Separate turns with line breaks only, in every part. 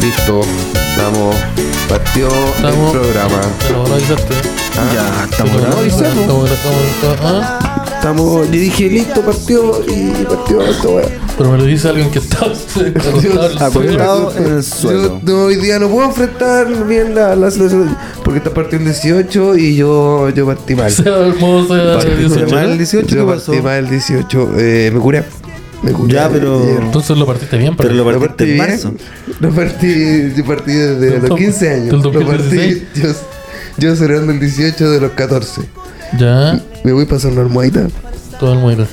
listo. Vamos. Partió
Estamos-
el programa. ¿ah?
Pero no avisaste.
Ya, estamos
Pero no
grabando.
avisamos.
estamos- estamos- ah,
Estamos, yo dije listo, partió y partió esto, weón.
Pero me lo dice alguien que está acostado en el suelo.
Acostado en
Yo
el suelo.
no, hoy día no puedo enfrentar bien la, la situación porque está partiendo el 18 y yo, yo partí mal.
Se armó, se armó,
Partí
18.
mal el 18, ¿qué
yo
pasó?
partí mal el 18. Eh, me curé. Me curé.
Ya, pero-
ayer.
Entonces lo partiste bien,
Pero lo
Lo
partiste en
bien.
marzo.
Lo partí, yo partí desde
Del
los
dos-
15 años.
del
Lo partí
2016.
yo, yo celebrando el 18 de los 14.
Ya,
Me voy a pasar una almohadita.
todo el mundo.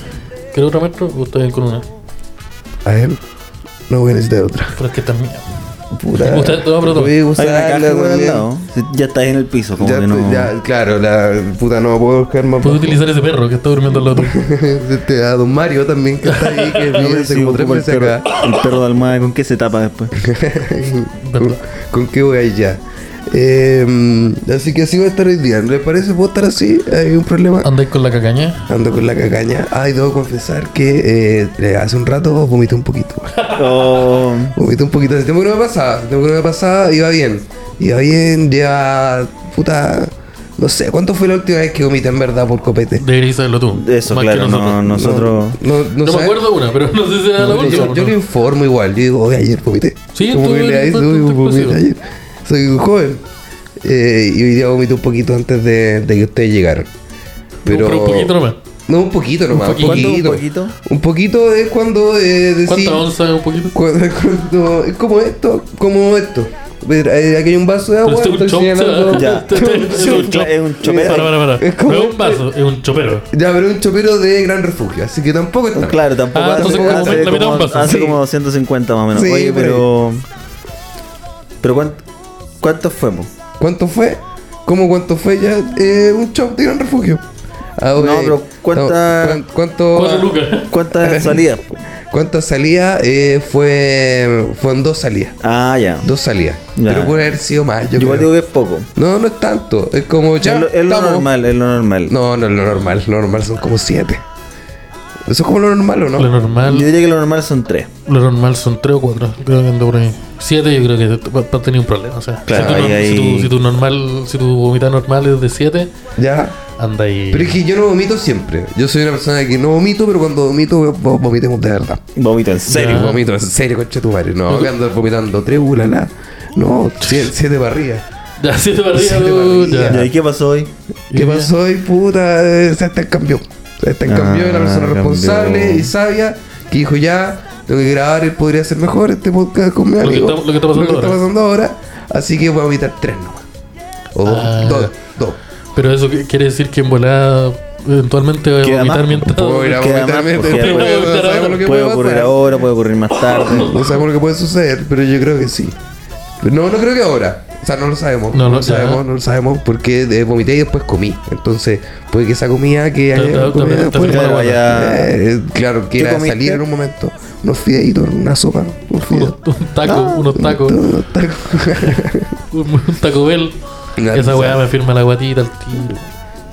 ¿Quieres otra metro o está bien con una?
A ver. No voy a necesitar otra.
Pero es que está mía.
Puta.
Usted- no, pero-
Voy a
Hay una
usarla
caja igual al
también.
lado. Sí, Ya estás en el piso, como
Ya,
que no.
ya, claro, la puta no puedo buscar más.
Puedes
bajo.
utilizar ese perro que está durmiendo al otro.
Este, a Don Mario también que está ahí, que
No,
vive
pero
hace
si
como tres
ocupa el,
meses acá.
perro, el perro de almohada, ¿con qué se tapa después?
¿Con, con qué voy allá? Eh, así que así va a estar hoy día. ¿Les parece? ¿Puedo estar así? ¿Hay un problema?
Andáis con la cacaña.
Ando con la cacaña. Ay, debo confesar que eh, hace un rato vomité un poquito.
Oh,
Vomité un poquito. Hace tiempo que no me pasaba. Hace tiempo que no me pasaba. Iba bien. Iba bien. Ya... Puta... No sé. ¿Cuánto fue la última vez que vomité en verdad por copete?
Deberías saberlo tú.
eso,
más que
claro,
nosotros.
no, nosotros.
No, no,
No me
sabes-
acuerdo una, pero no sé si era la
Yo-
última.
yo, yo
¿no?
le informo igual, yo digo, "Oye, ayer vomité.
Sí,
Como
tú
que le
eres
dices, "Oye,
bastante
vomité
explosivo.
ayer". Soy un joven. Eh, y hoy día vomité un poquito antes de, de que ustedes llegaran. Pero,
Pero un poquito nomás.
No, un poquito nomás. Un poquito.
poquito.
¿Cuánto
Un
es un
poquito,
poquito?
es cuando eh, decís.
¿Cuántas onzas? Un poquito.
Cuando, cuando- es como esto, como esto. Ver, eh, Aquí hay un vaso de
Pero
agua.
este es un
estoy
chop.
señalando-
Ya.
Es un chop.
Es un chopero.
Para, para, para.
Es como
No es un
este-
vaso, es un chopero.
Ya, pero es un chopero de gran refugio, así que tampoco está.
Claro, tampoco
Ah,
hace,
entonces como
hace
la mitad de un
como,
vaso.
hace
Sí.
como 250 más o menos.
Sí,
Oye,
por ahí.
pero. Pero ¿cuántos fuimos?
¿Cuánto fue? ¿Cómo cuánto fue ya? Eh, un shop de gran refugio. Ah,
No,
oye,
pero ¿cuánta-
cuán- cuánto-
Cuatro lucas.
¿Cuántas salidas?
¿Cuántas salidas? Eh, fue, fueron dos salidas.
Ah, ya.
Dos salidas.
Ya.
Pero puede haber sido más. Yo
Yo igual
creo.
digo que es poco.
No, no es tanto. Es como ya.
es lo, es lo
estamos-
normal, es lo normal.
No, no es lo normal. Lo normal son como siete. Eso es como lo normal, ¿o no?
Lo
Yo
normal,
diría que lo normal son tres.
lo normal son tres o cuatro. Creo que ando por ahí. Siete yo creo que te- va va a tener un problema. O sea,
Claro,
si, tu,
ahí- ahí-
si, tu, si tu normal, si tu vomitar normal es de siete,
Ya.
anda ahí.
Pero es que yo no vomito siempre. Yo soy una persona que no vomito, pero cuando vomito, vo- vomitemos de verdad.
Vomito en
En
serio.
serio, vomito, en serio, concha tu madre. No, que ando vomitando tres ulalas. No, siete, siete barrigas.
Ya, siete para arriba,
Siete para
uh,
arriba.
¿Y
ya.
ahí qué pasó hoy?
¿Qué pasó hoy, puta? Eh, Se está en cambio. Se está en
Ah,
cambio, Este una persona
cambió.
responsable y sabia que dijo ya, tengo que grabar, él podría ser mejor este podcast con mi
que
amigo.
está- lo que está pasando ahora.
ahora. Así que voy a vomitar tres nomás. O dos,
Ah.
dos, dos.
Pero eso que- quiere decir que en volada eventualmente va a
Queda
vomitar
más,
mientras.
Puedo ir a
queda
vomitar,
más,
mientras-
porque
no
puede
sabemos
vomitar
lo que
Puede
puede
ocurrir
pasar.
ahora, puede ocurrir más tarde.
No sabemos lo que puede suceder, pero yo creo que sí. No, no creo que ahora. O sea, no lo sabemos.
No
No,
lo-
lo sabemos, no lo sabemos porque eh, vomité y después comí. Entonces, puede que esa comida que
Te- te-
haya
te-
comido
te- te-
después,
te-
Claro, vaya-
eh, claro,
¿Qué
quiera
comiste?
salir en un momento. Unos fideitos, una sopa, unos
Unos-
fideos.
Un taco,
Ah,
unos tacos,
Unos tacos.
un, un taco bell.
Una
Esa
pizza.
weá me firma la guatita al tiro.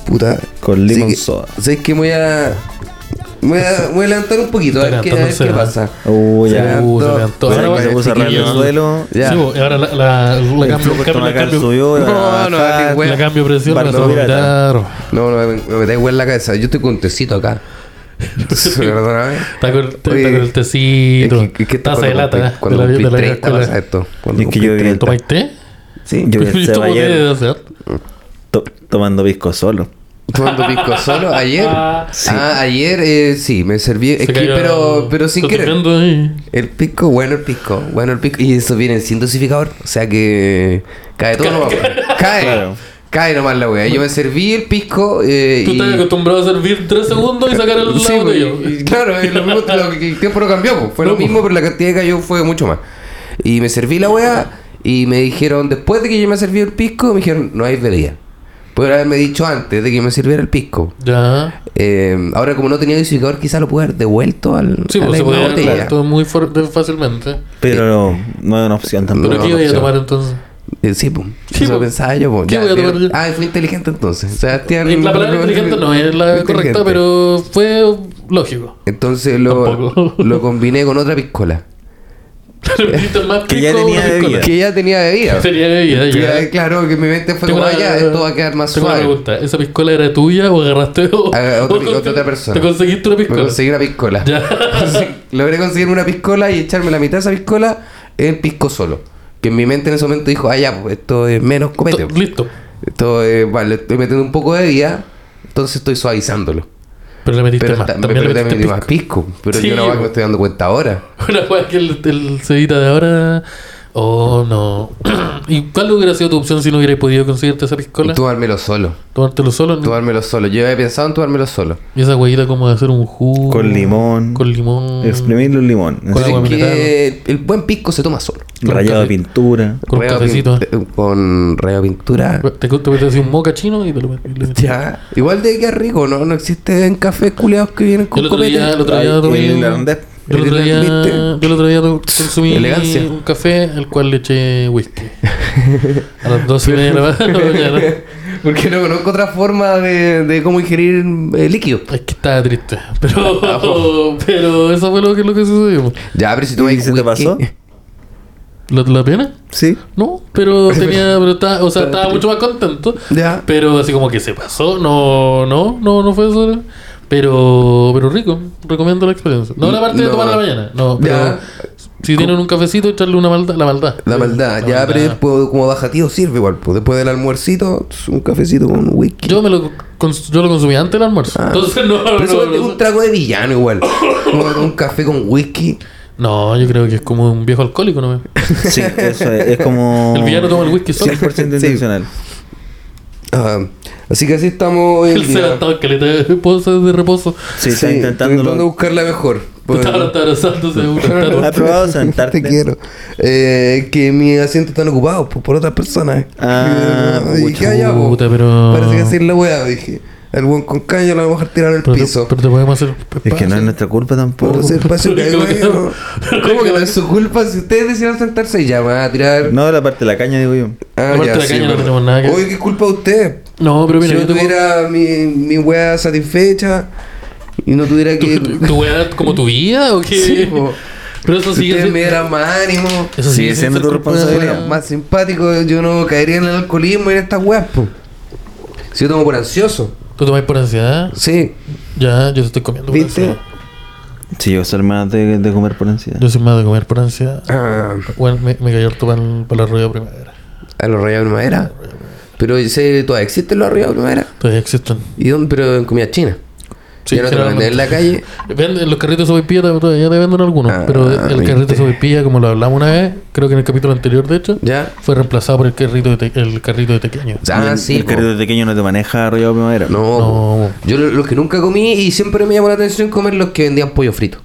Puta.
Con limón
Sí que-
soda.
¿Sabes que voy a. Voy a, voy a levantar un poquito, a
Está
ver qué, a ver
levantándose,
qué
¿no?
pasa.
Uh, ya.
Uh, se levantó.
Ahora
Ahora
que se
va-
puso a rajar el
chiquillo.
suelo.
Ya.
Sí, bo, y ahora la, la, la
El
cambio,
flujo
cambio- la
estomacal
cambio-
subió.
No,
la
no,
baja.
ni wea.
la cambio de presión, la
Barto pirata.
vomitar.
No, no me, me metáis hueá en la cabeza. Yo estoy con tecito acá. Perdóname.
Está con, está
Oye,
con el tecito.
Es que- es que esto
taza de
cuando
lata.
cumplí-
eh,
Cuando
de la,
cumplí
de la vieja
30 pasa
escuela.
esto. Cuando
Es que yo
cumplí
vi el
30.
¿Tomáis té?
Sí.
Yo vi el
Yo
Seba
tomo té
ayer
de hacer.
to- tomando pisco solo.
Tomando pisco solo ayer.
Ah.
Ah, ayer eh, sí, me serví. Es
Se
que,
cayó-
pero, pero sin
está
querer.
tirando ahí.
El pisco, bueno el pisco, bueno el pisco. Y eso viene sin dosificador. O sea que cae todo nomás. pues. Cae.
Claro.
Cae nomás la wea. Yo me serví el pisco eh,
Tú estás
y...
acostumbrado a servir 3 segundos y sacar el
Sí,
lado
pues,
de
y- claro, es lo mismo, lo que- el tiempo no cambió, pues. fue
No,
lo
pues.
mismo, pero la cantidad que cayó fue mucho más. Y me serví la weá y me dijeron, después de que yo me serví el pisco, me dijeron, no hay bebida. Pueden haberme dicho antes de que me sirviera el pisco.
Ya.
Eh, ahora, como no tenía dosificador, quizás lo pude haber devuelto al,
Sí,
a la
pues se
misma
podía
botella.
claro, todo muy for- de- fácilmente.
Pero no es una opción
Pero
tampoco.
No,
¿qué
no
iba a
sé.
tomar entonces?
Eh, sí, pues.
Sí,
Eso
pues.
pensaba yo, pues.
¿Qué
Ya,
voy a tomar
pero-
yo?
Ah, fue inteligente entonces. Sebastián.
Eh, La palabra inteligente no es la
Fue
correcta,
inteligente.
pero fue lógico.
Entonces lo,
Tampoco.
lo combiné con otra piscola.
Repito, más
Que ya
pico,
tenía
una piscola.
bebida.
Que ya tenía bebida.
Tenía bebida,
Y
ya.
ya, claro, que mi mente fue
Tengo
como,
una-
"Ah, ya, esto va a quedar más
tengo una
suave.
pregunta. ¿Esa piscola era tuya o agarraste o-
Ah, otra-
o con-
otra persona.
¿Te conseguiste una
Me
piscola?
conseguí una piscola.
Ya.
Entonces, Logré conseguir una piscola y echarme la mitad de esa piscola en pisco solo. Que en mi mente en ese momento dijo, ah, ya, pues, esto es menos comete.
To- Listo.
Esto es, eh, vale, estoy metiendo un poco de vida, entonces estoy suavizándolo.
Pero le metiste
Pero
más.
ta- me-
También
pero
le
también metí
metiste
más
pisco.
pisco. Pero
Sí,
yo no
po.
me estoy dando cuenta ahora.
Una weá que el, el Cevita de ahora... Oh, no. ¿Y cuál hubiera sido tu opción si no hubierais podido conseguirte esa piscola?
Tomármelo solo.
Tomártelo solo. ¿no?
Tomármelo solo. Yo había pensado en tomármelo solo.
Y esa huevita como de hacer un jugo.
Con limón.
Con limón.
Exprimirle un limón.
Mm. Con
así,
agua
Es que
mineral.
el buen pisco se toma solo.
con
Rayado
café.
de pintura.
Con un
Rayo
cafecito.
pin- eh, Con rayo pintura.
Te cuento que te hacía un moca chino y te lo y le-
Ya. Igual de que es rico, ¿no? No existen cafés culeados que vienen
Yo el
con
otro día, el
copete.
otro
Ay,
día tomé
el
un-
irlandés.
Yo el
El
otro día,
irlandés.
yo el otro día to- consumí
Elegancia.
un café al cual le eché whisky. A las 12 y media de la ma- de la mañana.
Porque no conozco otra forma de, de cómo ingerir eh, líquido.
Es que estaba triste.
Ah,
Pero, pero eso fue lo que, lo que sucedió.
Ya, pero si tú
¿Y
me
se te pasó?
¿La, la pena?
Sí.
No, pero tenía, pero estaba, o sea, estaba mucho más contento.
Ya.
Pero así como que se pasó, no, no, no, no fue eso. Pero, pero rico, recomiendo la experiencia. No la parte de
No.
tomar a la mañana, no, pero
Ya.
si tienen un cafecito, echarle una maldad, la maldad.
La maldad, ya, pero
maldad.
después, como bajatío sirve igual, pues después del almuercito, un cafecito con un whisky.
Yo me lo cons- yo lo consumí antes del almuerzo.
Ah.
Entonces no, no,
pero eso es
no,
un trago de villano igual. Como un café con whisky.
No, yo creo que es como un viejo alcohólico, ¿no?
Sí, eso es, es como.
El villano toma el whisky solo.
100% intencional.
Ah, así que así estamos hoy en
Él se
día.
ha estado en caleta de reposo, de reposo.
Sí, está
Sí,
intentándolo.
intentando buscarla mejor. Pues,
Estaba hasta abrazándose una estatua.
¿Ha probado sentarte?
te quiero. Eh, que mis asientos están ocupados pues, por otras personas.
Ah,
Eh, dije,
pucha,
"Ah, ya, po".
puta, pero-
Parece que así es la weá, dije. El buen con caña lo vamos a tirar al
Pero te-
piso.
pero te podemos hacer
Es que no es nuestra culpa tampoco.
Por ser espacio que hay,
Como que no.
bueno. ¿Cómo que no es su culpa? Si ustedes decidieron sentarse, ya van a tirar.
No, la parte de la caña, digo yo.
Ah,
Aparte de la caña no
perdón.
tenemos nada que-
Oye, ¿qué culpa de usted?
No, pero mira,
si
yo
yo
te puedo-
tuviera mi, mi wea satisfecha y no tuviera que.
¿Tu- ¿Tu weá como tu vida o qué?
Sí, po.
Pero eso
Si
sigue
ustedes
siendo-
me dieran más ánimo,
Eso sigue
Sigue siendo
ser
tu
culpa
si
responsabilidad.
de-
fueran más simpático, yo no caería en el alcoholismo y en estas weas, po. Si yo tomo por ansioso.
¿Tú tomáis Pues por ansiedad?
Sí,
Ya, yo estoy comiendo por
¿viste?
ansiedad.
Si yo soy más de, de comer por ansiedad.
Yo soy más de comer por ansiedad.
Ah,
Bueno, me, me cayó harto pan para la rueda de primavera.
a los rayados de madera. Pero dice, todavía existen los rayados de madera.
Todavía existen.
¿Y dónde? Pero en comida china.
Sí,
ya no te lo venden
generalmente.
en la calle.
Venden, los carritos de sopaipilla todavía- todavía te venden algunos.
Ah,
pero el
viste.
carrito de sopaipilla, como lo hablamos una vez, creo que en el capítulo anterior, de hecho,
Ya.
fue reemplazado por el carrito de, te- el carrito de tequeño.
Ah,
el,
sí.
El
po.
carrito pequeño no te maneja arrollado de madera.
No,
No.
po. yo lo- los que nunca comí y siempre me llamó la atención comer los que vendían pollo frito.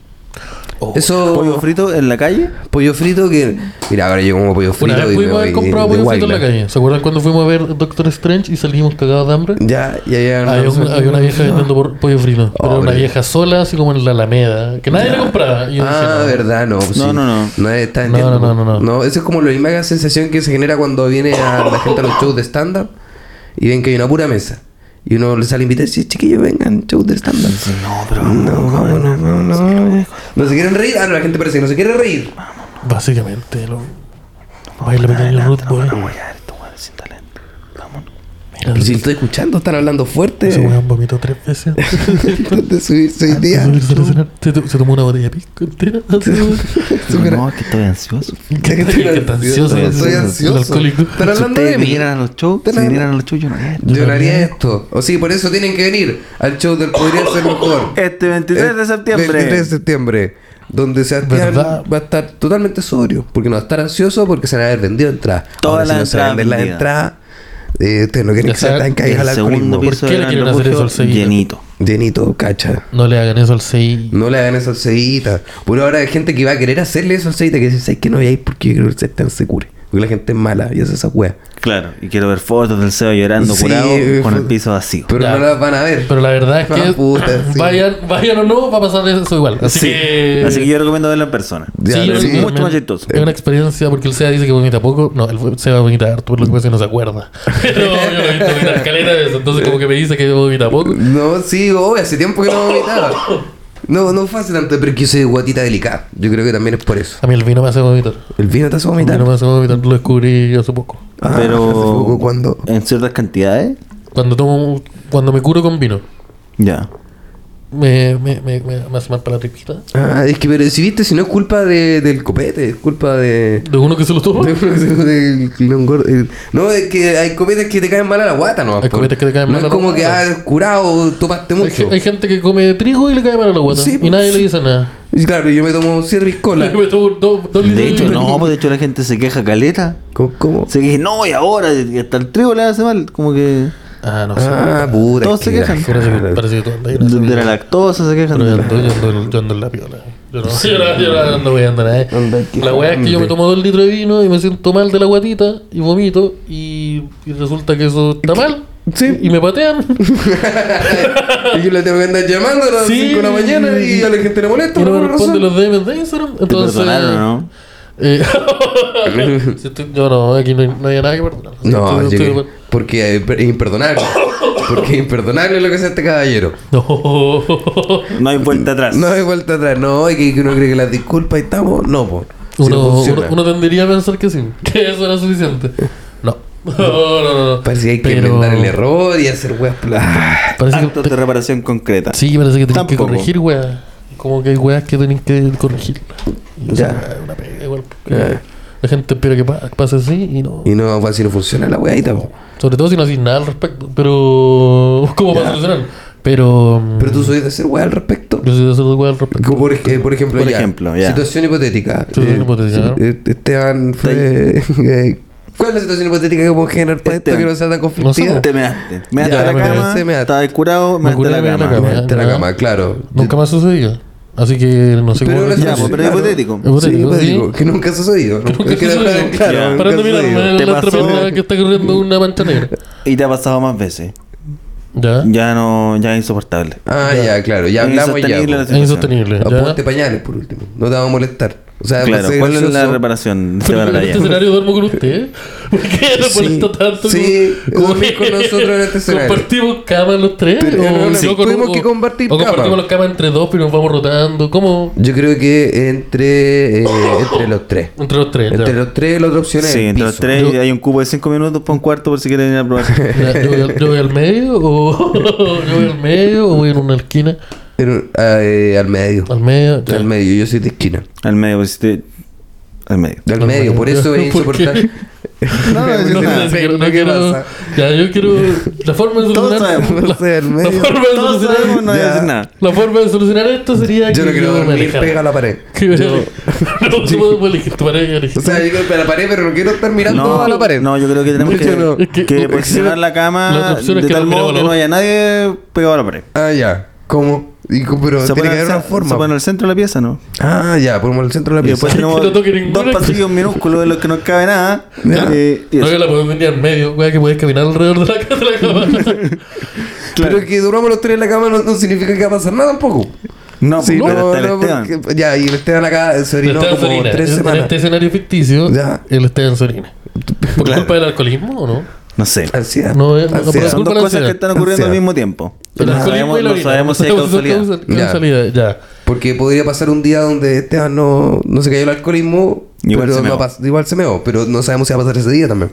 Oh.
Eso,
¿Pollo frito en la calle?
pollo frito que. Mira, ahora yo como pollo frito.
Una vez
y me
pudimos haber
voy
comprado
de
pollo frito en la
guayla.
calle. ¿Se acuerdan cuando fuimos a ver Doctor Strange y salimos cagados de hambre?
Ya, ya, ya.
Había, un- había una vieja vendiendo por- pollo frito, pero era una
Hombre.
vieja sola, así como en la Alameda, que nadie le compraba. Y yo dije,
Ah,
no.
verdad, no. sí.
no, no.
Nadie está
No,
vendiendo,
no, no,
po.
no, no.
eso es como la misma sensación que se genera cuando viene a la gente a los shows de stand-up y ven que hay una pura mesa. Y uno les sale a invitar y dice, chiquillos, vengan, shows de stand-up.
No, pero.
No, no, no, no, no. No se quieren reír. Ah, no, la gente parece que no se quiere reír.
Ah, Básicamente, lo... baila pequeño Ruth Boy.
voy a dar estos weones sin talento. Vámonos.
Mira,
Si estoy escuchando, están hablando fuerte.
ese weón vomitó tres veces.
Antes de subirse hoy día.
Antes de subirse al escenario. se, to- se tomó una botella de pisco entera. así, weón.
No, que estoy ansioso.
Ya que estoy
Qué tan ansioso,
Estoy
el
ansioso.
alcohólico.
Están
Si
hablando de
ustedes
mí.
vinieran a los shows, si
Están
vinieran a los shows, yo no haría esto.
Yo no haría esto. O sí, por eso tienen que venir al show del Podría Ser Mejor.
Este 23 de
Eh, El
septiembre.
23 de septiembre. Donde Sebastián
¿Verdad?
va a estar totalmente sobrio. Porque no va a estar ansioso porque se van a haber vendido entradas.
Todas
Ahora, si
las
no se van a vender las
entradas
entradas, eh, ustedes no quieren
Ya
que se
saben,
tan caiga al
El segundo
alcoholismo.
¿Por
piso
qué le
del
quieren hacer
refugio
eso al seguido?
llenito.
Llenito, cacha.
No le hagan eso al 6.
No le hagan eso al Seita. Por ahora hay gente que va a querer hacerle eso al Seita que dice, ¿sabes que no voy a ir porque yo creo que el Seita no se cure? Porque la gente es mala y hace esa wea.
Claro, y quiero ver fotos del CEO llorando
Sí,
curado
eh,
con el
fue-
piso vacío.
Pero no
Ya.
las van a ver.
Pero la verdad es que
Ah, puta, sí.
vayan, vayan o no, va a pasar eso igual. Así que.
Así que yo recomiendo verlo en persona.
Ya,
eh, Sí, yo
sí.
creo que
Mucho más
también
chistoso.
Es una experiencia porque el SEA dice que vomita poco. No, el SEA vomita harto, por lo que pasa es que no se acuerda. Pero yo lo he visto vomitar caleta de veces, Entonces, como que me dice que vomita poco.
No, sí, obvio, hace tiempo que no vomitaba. No, no fue hace tanto, pero es que yo soy de guatita delicada. Yo creo que también es por eso.
A mí el vino me hace vomitar.
El vino te hace
El
vomitar.
vino me hace vomitar, lo descubrí hace poco.
Ah,
Pero-
hace poco cuando...
En ciertas cantidades.
Cuando tomo, cuando me curo con vino,
Ya.
me, me, me, me- me hace mal para la tripita.
Ah, es que, pero si viste, si no es culpa de- del copete, es culpa de...
De uno que se lo toma.
Del clon gordo, el- No, es que hay cometas que te caen mal a la guata, ¿no?
Hay cometas que te caen
No
mal a
es
la
como
guata.
que, ah, curado, tomaste
Hay,
mucho.
ge- hay gente que come trigo y le cae mal a la guata.
Sí,
y nadie
sí.
le dice nada.
Y Claro, yo me tomo cervix cola.
Yo me tomo dos- dos
De
litros
hecho,
vino.
no, pues de hecho la gente se queja caleta.
¿Cómo? cómo?
Se queja, no, y ahora, y hasta el trigo le hace mal. Como que.
Ah, no sé.
Ah, puta.
Todos
es que
se quejan.
Parece que,
claro.
parece que tú andas ahí en
De,
esa
de la
vida.
lactosa se quejan.
Pero yo ando, yo ando, yo ando en la piola. Yo no, yo no, yo no ando voy a andar ahí. La weá es que yo me tomo dos litros de vino y me siento mal de la guatita y vomito y, y resulta que eso está mal.
Sí.
Y me patean.
Y yo le tengo que andar llamando a las
Sí.
5 de la mañana y a la gente le molesta.
y no
por
me
alguna
responde
razón.
los DMs de Instagram.
Te
Entonces.
perdonaron, ¿no?
eh, si estoy- yo no, aquí no, hay- no hay nada que perdonar. Así
No,
que estoy-
yo-
estoy-
porque es imperdonable. Porque es imperdonable lo que hace este caballero.
No.
No hay vuelta atrás.
No hay vuelta atrás, no, y que que uno cree que las disculpas y estamos, no, po. Si no
Uno,
funciona.
uno, uno tendería a pensar que sí, que eso era suficiente. No. No, no, no. no.
Parece que hay que
Pero-
inventar el error y hacer weas. pla- Ah,
Parece que,
Actos de reparación concreta.
sí, parece que tenés que
Tampoco.
corregir, weá. Como que hay weas que tenés que corregir. Y eso
Ya.
es una pega, igual. porque La gente espera que pa- pase así y no.
Eh. Y no, pues, si no funciona la wea y tampoco.
Sobre todo si no haces nada al respecto. Pero. ¿Cómo va a solucionar? Pero. mm,
Pero tú soy de hacer wea al respecto.
Yo soy de hacer weas al respecto.
Como por, ej- eh, por ejemplo,
Por
ya,
ejemplo, ya.
situación hipotética.
Situación hipotética,
eh, Esteban fue. eh, ¿Cuál es la situación hipotética que podemos generar para esto
Esteban.
que no sea tan
No
conflictiva?
sé,
Te measte.
Ya,
Measte a la
me
cama.
measte, me
Estaba curado,
Me curé
measte a
y me
la
measte a
cama.
la
Entre la cama, claro.
Nunca me ha sucedido. Así que no sé
Pero
cómo.
no es
Ya, pues, pero es
Claro.
hipotético.
Es
Sí,
hipotético, sí.
hipotético, que nunca ha sucedido. ¿no?
Nunca
Que-
sucedió.
Claro,
Ya.
nunca
Parando, mira,
sucedió.
la,
¿Te
la
pasó?
entrepierna que está corriendo una mancha negra.
Y te ha pasado más veces.
Ya.
Ya no, ya es insostenible.
Ah, ya, claro, ya
Es
hablamos ya.
insostenible
po.
la
Es insostenible.
Ah,
Ya.
Ponte pañales por último, no te vamos a molestar. O sea,
Claro,
pues,
¿cuál es la
gracioso.
reparación? Se
Pero
va a
en
la
este
ya.
escenario duermo con usted. ¿eh? ¿Por qué le
Sí.
molesta tanto?
Sí, dormí con nosotros en este escenario.
¿Compartimos cama los tres?
Pero,
o
sí,
yo con
tuvimos
o-
que compartir
o compartimos
cama.
las camas entre dos, pero nos vamos rotando. ¿Cómo?
Yo creo que entre, eh, entre los tres.
Entre los tres.
Entre
ya.
los tres, la otra opción es.
Sí,
el
entre los
piso.
tres
Yo-
hay un cubo de 5 minutos para un cuarto por si quieren ir a probar.
Ya, yo, voy al- yo voy al medio o yo voy al medio o voy en una esquina
Pero, ah, eh, al medio.
al medio. ya.
Al medio, yo soy de esquina.
al medio, por si te... Al medio.
Al
Al
medio,
medio.
por eso es
¿Por qué?
insoportable.
No,
Me
no,
No,
gusta
no,
el
si quiero-
efecto
no
que
quiero-
pasa.
Ya, yo quiero. La forma de
Todos
solucionar.
sabemos,
la-
no sé, al
La
medio.
forma de
Todos sabemos,
solucionar.
no voy a
Ya.
decir nada.
La forma de solucionar esto sería
Yo no quiero
me
dormir,
alejara.
pega la pared.
Que me alejara. No, tú puedes elegir tu pareja, elegir.
O sea, yo quiero la pared, pero no quiero estar mirando a la pared.
no, yo creo que tenemos
De hecho,
que,
no.
Es que-
que
es que-
posicionar
la
la
otra
cama
opción
de
es que nos
tal
miramos
modo que
los
no
dos.
haya nadie pegado a la pared.
Ah, ya. ¿Cómo? Y, cómo- pero tiene
pone
que
al
haber
ce-
una
se pone en
forma.
el centro de la pieza, ¿no?
Ah, ya, ponemos el centro de la
Y después
pieza.
tenemos
no toque
dos
ninguna.
pasillos minúsculos de los que no cabe nada.
Ya.
Eh, y
No,
eso.
que la podemos venir al medio, weá, que puedes caminar alrededor de la casa de la cama.
Claro.
Pero que duramos los tres en la cama no, no significa que va a pasar nada tampoco.
No,
Sí,
pero
no,
está el
no,
Esteban.
porque- ya, y el Esteban acá se orinó
Pero está
como
en Sorina.
tres
En- En
semanas.
este escenario ficticio,
Ya.
él está en Sorina. ¿Por
Claro.
culpa del alcoholismo o no?
No sé.
Ansiedad.
No, eh, no,
ansiedad.
pero- Culpa
Son dos
de la
cosas
ansiedad.
que están ocurriendo al
Ansiedad.
mismo tiempo.
El
No
alcoholismo
sabemos,
y la
no
orina.
sabemos si hay
sabemos
causalidad.
causa- causalidad, ya.
Porque podría pasar un día donde Esteban no, no se cayó el alcoholismo.
Igual
pero
se
no
meó.
ha pas- igual se meó. Pero no sabemos si va a pasar ese día también.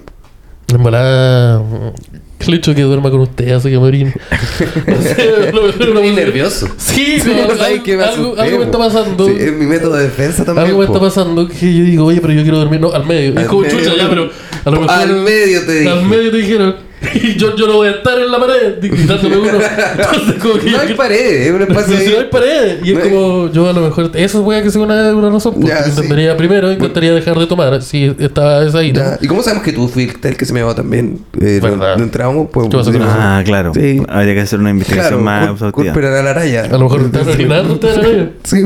En volada, mm, el hecho de que duerma con usted hace que me orine. No sé, no, no, no,
Muy
no.
nervioso.
Sí,
Sí,
no,
¿sabes
algo,
qué? Me
algo-
asusté,
algo me
po.
está pasando.
Sí, es mi método de defensa también. pues.
Algo me
po.
está pasando que yo digo, oye, pero yo quiero dormir. No, al medio.
Al
es como
medio.
chucha, ya, pero a lo mejor.
Al medio te dije.
Al medio te dijeron. Y yo, yo no voy a estar en la pared di- gritándome uno. Entonces, como que.
No hay paredes, es un
Pero
espacio.
si no hay
ahí.
paredes. Y es
No hay-
como, yo a lo mejor. Eso voy a que sea una, una razón. Porque
Ya, sí.
intentaría primero, intentaría dejar de tomar. Si estaba esa ira.
Ya, ¿Y cómo sabemos que tú fuiste el que se meó también? Eh, no-
Verdad.
no entramos? Pues,
Yo sé que no sé.
Ah, claro.
Sí.
Habría que hacer una investigación
Claro,
más
más
exhaustiva.
a la araya.
A lo mejor están orinando ustedes en la medio.
Sí.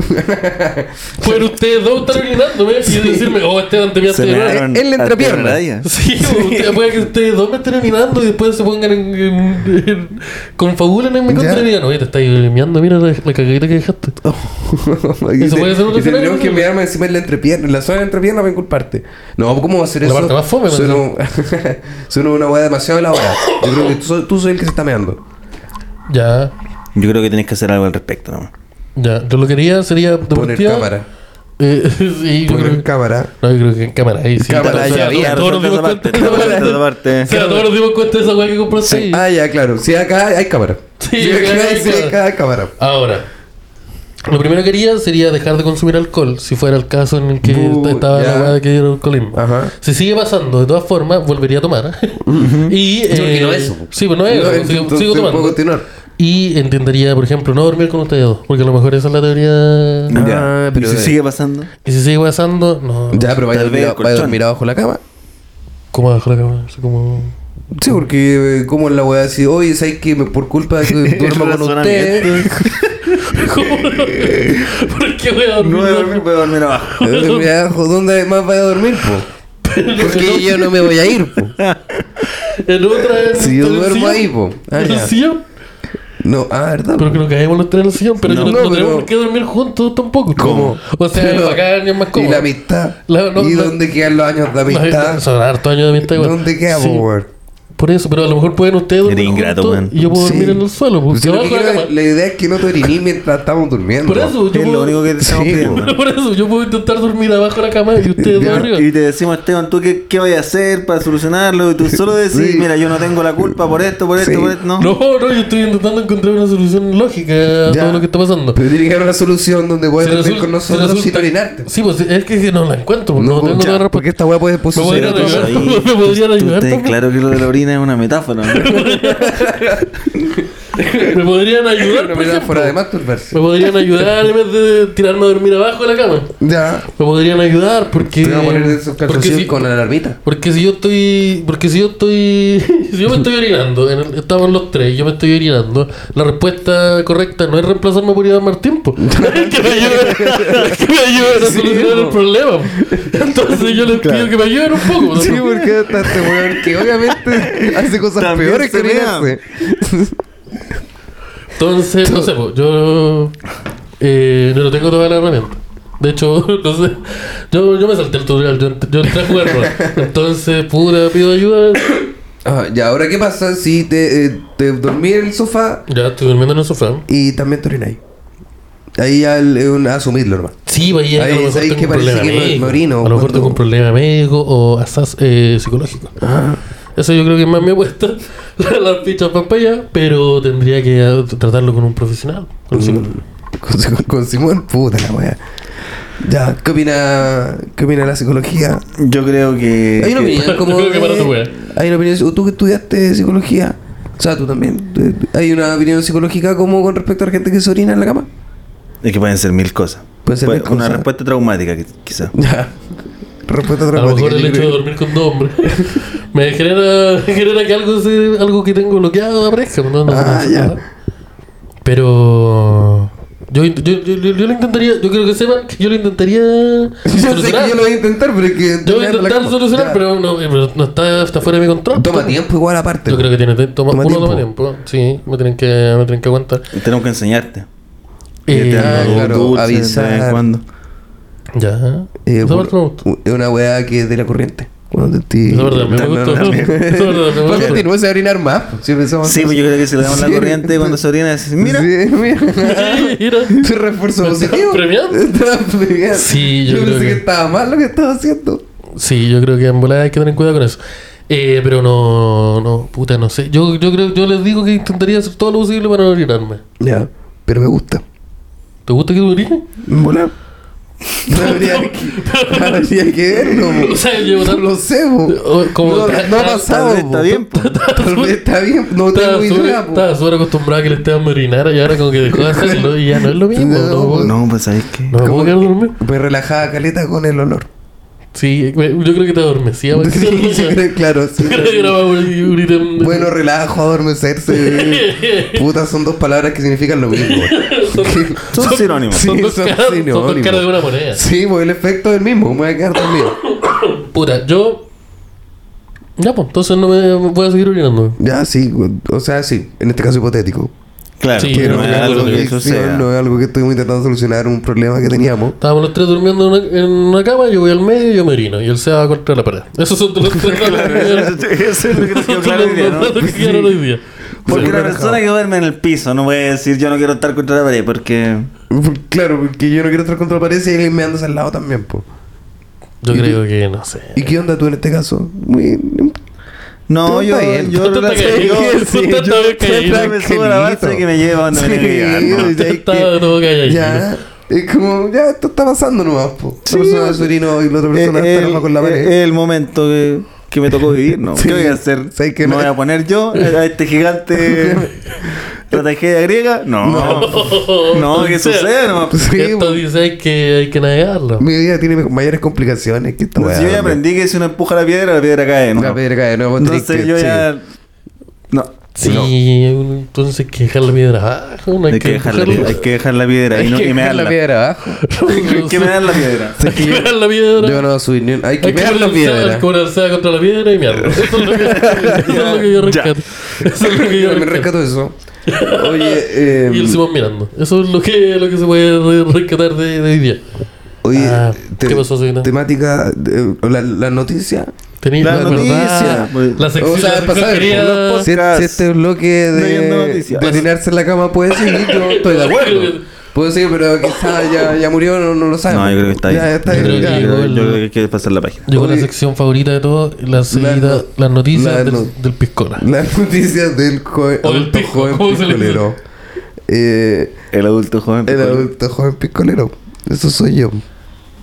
Fueron ustedes dos estar orinándome y decirme, oh, Esteban, te miraste
Se
de
mearon
él le entra
hasta
pierna.
la raya.
Sí, usted- puede que ustedes dos me estén mirando y después se pongan en, en- en- confabulen en mi contra
Ya.
y digan, oye, te estás mirando, mira la, la cagadita que dejaste.
y
Eso
te-
puede ser un
y
escenario,
tendríamos que
¿no?
mirarme encima en la entrepierna, en la zona de la entrepierna para inculparte. No, ¿cómo va a ser
La
eso?
parte más fome,
Suena, suena una weá demasiado elaborada. Yo creo que tú, so- tú soy el que se está meando.
Ya.
Yo creo que tenés que hacer algo al respecto. ¿no?
Ya, yo lo quería, sería de
Poner
partida,
cámara.
eh, sí, yo creo
Poner
que-
cámara.
No, yo creo que en cámara ahí sí.
Cámara,
O sea,
ya, ya,
todos nos dimos cuenta. O sea, todos nos dimos cuenta de esa weá que compraste ahí.
Ah, ya, claro. Si acá hay cámara.
Sí,
Si
acá hay
si
cámara.
acá hay cámara.
Ahora, lo primero que haría sería dejar de consumir alcohol, si fuera el caso en el que
Bu-
estaba
ya.
la weá que era alcoholismo.
Ajá.
Si sigue pasando, de todas formas, volvería a tomar. y,
Sí, porque no es.
Sí, pues no es.
No,
sigo- sigo,
entonces
tomando.
puedo continuar.
Y entendería, por ejemplo, no dormir con ustedes dos, porque a lo mejor esa es la teoría.
Ya,
Ah, pero
pero
si
de-
sigue pasando.
Y si sigue pasando, no.
Ya, pero vaya a
Tal
dormir,
vez el
vaya a
colchón.
dormir abajo de la cama.
¿Cómo bajo la cama? Así como.
Sí, porque eh, como la weá así, oye, ¿sabes que me- por culpa de que duerma con usted?
Razonamiento.
¿Cómo? ¿Por qué voy a dormir?
No voy a dormir, voy a dormir abajo.
eh, dormir abajo, ¿Dónde más vaya a dormir, po? Porque yo no me voy a ir, po.
En otra vez.
Si yo
en el
duermo
sillón.
ahí, po. Ah,
En el
ya.
sillón.
No, ah, ¿verdad?
Pero que nos caemos los tres en el sillón, pero
No,
que no,
no,
no tenemos
pero-
por qué dormir juntos tampoco.
¿Cómo?
O sea, es
Pero-
bacán, es más
Y
cómodo.
la amistad.
La- no,
¿Y
no-
dónde quedan los años de amistad?
Son hartos años de amistad, igual.
¿Dónde queda,
Sí,
po, weón?
Por eso, pero a lo mejor pueden ustedes dormir
Eres ingrato,
juntos
weón.
y yo puedo
Sí.
dormir en el suelo. Porque
Si lo que
abajo de la
quiero
cama.
es- la idea es que no te orinís mientras estamos durmiendo.
Por eso, yo
Es
puedo-
lo único que te estamos
Sí,
pidiendo.
bueno.
Por eso, yo puedo intentar dormir abajo de la cama y ustedes dos
Ya,
arriba.
Y te decimos, Esteban, ¿tú qué, qué vayas a hacer para solucionarlo? Y tú solo decís,
Sí.
mira, yo no tengo la culpa por esto, por esto,
Sí.
por esto. No.
No, no, yo estoy intentando encontrar una solución lógica a
Ya.
todo lo que está pasando.
Pero tiene que haber una solución donde puedas
Si
dormir
resulta-
con
si
nosotros sin
resulta-
orinarte.
Sí, pues es que no la encuentro,
ya,
no, tengo toda la respuesta.
porque esta weá puede puede
Me voy a ir a
suceder.
Pero tú
otra cosa.
ayudar, ¿me
sabes,
podrían
tú- tú
ayudar,
tenés
por favor?
claro que lo de la orina es una metáfora. ¿no?
¿Me podrían ayudar?
Una
por ejemplo?
metáfora de
Me
masturbarse.
podrían ayudar en vez de tirarme a dormir abajo de la cama.
Ya.
Me podrían ayudar porque.
Te voy a poner de esos
porque
calzoncillos
si,
con la alarmita.
porque si yo estoy. Porque si yo estoy. si yo me estoy orinando, en el- estamos los tres, y yo me estoy orinando, la respuesta correcta no es reemplazarme por ir a más tiempo. Es que me ayuden, es que me ayuden a
Sí,
solucionar el
po.
problema. Entonces yo les pido que me ayuden un poco.
Sí, porque está este weón que obviamente hace cosas
También
peores que
se mea.
orinarse.
Entonces, no sé, po, yo eh, no tengo toda la herramienta. De hecho, no sé, yo, yo me salté el tutorial, yo, ent- yo entré a jugar rol. Entonces, pura, pido ayuda.
Ah, ya, ahora qué pasa si te, eh, te dormí en el sofá
Ya estoy durmiendo en el sofá.
y también te orináis. Ahí ya el- es un asumirlo, hermano.
Sí, vaya, a
Ahí,
lo mejor
¿sabes
tengo
qué?
un
Parece
problema
que me-
médico.
me orino
a lo mejor
cuando-
tengo un problema médico o asas, eh, psicológico.
Ah.
Eso yo creo que es más mi apuesta, las fichas papaya, pero tendría que eh, tratarlo con un profesional, con un
Mm.
psicólogo.
Con, Simón- con Simón, puta la weá. Ya, ¿qué opina, ¿qué opina la psicología? Eh,
Yo creo que.
Hay una
que-
opinión como.
Yo creo que para
de-
tu wea.
Hay una opinión. o Tú que estudiaste psicología. O sea, tú también. de- Hay una opinión psicológica como con respecto a la gente que se orina en la cama.
Es que pueden ser mil cosas.
Pueden ser
Puede-
mil
Pues, una
cosas.
respuesta traumática, qui- quizá.
Ya. Respuesta
A lo
traumática.
mejor el
yo
hecho de
creo.
dormir con dos hombres me genera, me genera que algo, se- algo que tengo bloqueado aparezca. No, no,
Ah,
no,
ya.
no. Pero yo, yo, yo, yo, yo lo intentaría, yo creo que sepan que yo lo intentaría
Yo sé que
solucionar.
yo lo voy a intentar, pero es que.
Yo voy a
en la
intentar
cama.
solucionar,
Ya.
pero no, eh, pero no está, está fuera de mi control.
Toma tiempo igual aparte.
Yo creo que tiene, toma,
Toma
uno toma tiempo. Sí, me tienen que, me tienen que aguantar.
Tenemos que enseñarte.
Eh,
te
ah,
dando
claro,
dulces de
avisar.
vez en cuando.
ya.
Eh,
Esa
por-
parte me gustó.
es una weá que es de la corriente. Cuando te-
Esa parte también me
No, no,
gustó.
no, no.
Esa parte también me
Pues
gustó.
continúa a orinar más. pues, Si empezamos
Sí, pues yo creo que si le damos la
Sí.
corriente cuando se orina, decís, mira.
Sí, mira.
Sí, mira.
Tu refuerzo
¿Me estaban
positivo.
premiando?
Estaban premiando.
Sí, yo creo
pensé que...
que-
estaba mal lo que estaba haciendo.
Sí, yo creo que en volada hay que tener cuidado con eso. Eh, pero no, no, puta, no sé. Yo, yo creo, yo les digo que intentaría hacer todo lo posible para no orinarme.
Ya, pero me gusta.
¿Te gusta que te orines?
Mola. Habría que, habría que verlo. po.
O sea, llevo
no
tan-
lo sé, po.
O- como-
no,
ta-
no ha
ta-
pasado.
Tal vez
po.
está bien, pues". po.
Tal vez está bien. No tengo
Estaba súper-
idea. po.
Estaba súper acostumbrado a que le estaban orinando y ahora como que dejó de hacerlo y ya no es lo mismo.
No,
No, no, no,
No, pues sabéis que.
me puedo
Como
quedar dormido.
que me relajaba caleta con el olor.
Sí, me- yo creo que te adormecía.
pues,
más que
Sí,
otra cosa.
yo creo- claro, sí.
Creo que era más un- un item-
Bueno, relajo, adormecerse. Puta, son dos palabras que significan lo mismo.
Son sinónimos.
Sí,
son dos
son
caras son dos
sinónimos.
caras de una moneda.
Sí, pues el efecto es el mismo. Me voy a quedar dormido.
Puta, yo... Ya, pues, entonces no me voy a seguir orinando.
Ya, sí. O sea, sí. En este caso hipotético.
Claro,
Sí,
que
Que
no
no
me
es
es
acuerdo
algo
una
de
que
ficción,
suceda.
no es algo que estuvimos intentando solucionar un problema que teníamos.
Estábamos los tres durmiendo en una, en una cama, yo voy al medio y yo me orino. Y él se va contra la pared. Esos son los tres.
Claro, eso eso es lo que nos quedó claro hoy día, ¿no?
Claro, hoy día.
Porque una
Súper
persona que duerme en el piso no puede decir yo no quiero estar contra la pared porque...
Claro, porque yo no quiero estar contra la pared y alguien me anda al lado también, po.
Yo creo que no sé.
¿Y qué onda tú en este caso? Muy...
No,
Tú
yo...
está bien.
Yo
Tú te
relaciono-
caído,
yo-
tú te
yo-
estás bien
siempre
caído.
me subo a la balsa que me lleva donde me tiene que llevar, ¿no?
Te estaba todo calladito.
Ya. Es como, ya, esto está pasando nomás, po.
Sí,
Una persona
o- eh,
de Surino y la otra
Es
persona está enojada con la pared.
el momento que, que me tocó vivir, ¿no?
Sí.
¿Qué voy a hacer?
¿Sabes qué?
¿Me voy a poner yo a este gigante la tragedia griega? No. No, que suceda nomás.
Pues sí,
Esto
po.
dice que hay que navegarlo.
mi vida tiene mayores complicaciones que esta
Entonces,
weá,
yo ya
hombre.
aprendí que si uno empuja la piedra, la piedra cae, ¿no?
Pues, La piedra cae de nuevo. tenés
Entonces
que-
yo
sí.
ya... No.
Sí, entonces hay que dejar la piedra abajo. No hay,
Hay que dejar la piedra, hay
empujarlo.
que dejar la piedra y, no,
Hay
y
que
me
dejar
dan
la
la
piedra abajo.
Hay que me dan la piedra.
Sí, que
Hay que
yo-
mear la piedra.
Yo no voy a subir ni un... Hay que
Hay que
mear la
cobrarse
piedra.
cobrarse contra la piedra y mierda. Eso es lo que, eso es lo que yo
Ya.
rescato. Eso es lo que yo
Yo me
rescato.
rescato eso. Oye, eh,
Y el Simón mirando. Eso es lo que, lo que se puede re- rescatar de, de hoy día.
oye
Ah, ¿qué pasó, Sobrina?
temática, eh, la, la noticia.
Tenía
La
la verdad.
noticia. pues.
La sección
O sea,
la
pasar
quería-
si, si este bloque
Leyendo
de,
noticias.
de tirarse en la cama puede seguir, yo estoy de acuerdo. Puede seguir, pero quizás ya, ya murió, no, no lo sabemos.
No, yo creo que está ahí.
Ya, está
Yo
ahí.
creo
ya.
que-
Yo creo- yo creo que hay que pasar la página.
Llegó la
Oye.
sección favorita de todos, la seguida,
no-
las noticias
la
del,
no-
del Piscola.
Las noticias del joven,
O del
adulto
pijo,
joven
¿cómo se le dice?
picolero. Eh,
El adulto joven.
el
Picolero.
adulto joven picolero. Eso soy yo.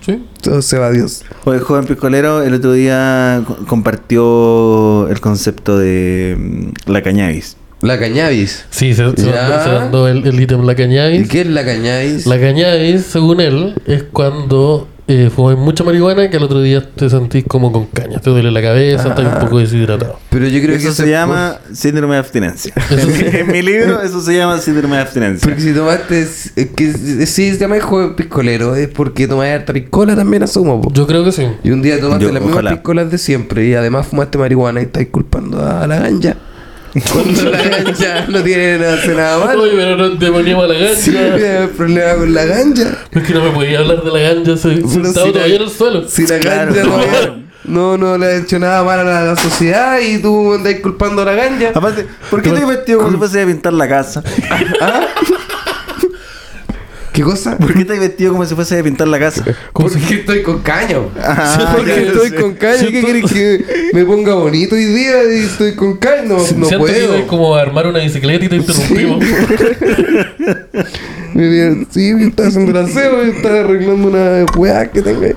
¿Sí?
Todo se va a Dios.
Oye, Pues el joven picolero el otro día co- compartió el concepto de mm, la cañabis.
La cañabis.
Sí, se, se,
Ya.
se mandó el, el ítem La
¿Y
Cañavis.
qué es la cañabis?
La cañabis, según él, es cuando eh, fumáis mucha marihuana que al otro día te sentís como con caña. Te duele la cabeza,
Ah.
estás un poco deshidratado.
Pero yo creo que
eso se
es
llama síndrome de abstinencia.
Eso sí.
en mi libro, eso se llama síndrome de abstinencia.
por- Porque si tomaste. es que es- si se llama joven piscolero, es porque tomaste harta piscola también, asumo. po.
Yo creo que sí.
Y un día tomaste
Yo-
las mismas
ojalá.
piscolas de siempre y además fumaste marihuana y estás culpando a la ganja. Cuando la ganja no tiene nada, hace nada mal.
Oye, pero no te poníamos la ganja.
Sí, el problema con la ganja.
Es que no me podía hablar de la ganja, se
Pero
sentado
si la-
todavía en el suelo.
Si la
Claro,
ganja no,
claro.
no, no le ha hecho nada mal a la, la sociedad y tú andas culpando a la ganja.
Aparte, ¿por qué estoy vestido como si fuese a pintar la casa?
¿Qué cosa?
¿Por qué estoy vestido como si fuese a pintar la casa?
¿Cómo
Porque estoy con caño.
Ah,
Sí, porque
ya,
estoy
sí.
con caño. ¿Qué quieres que me ponga bonito hoy día? Y estoy con caño. No, no
Siento que
puedo.
es como armar una bicicleta y te interrumpimos.
Me dijeron, sí, yo estaba haciendo el aseo, yo estaba arreglando una weá que tengo. ahí".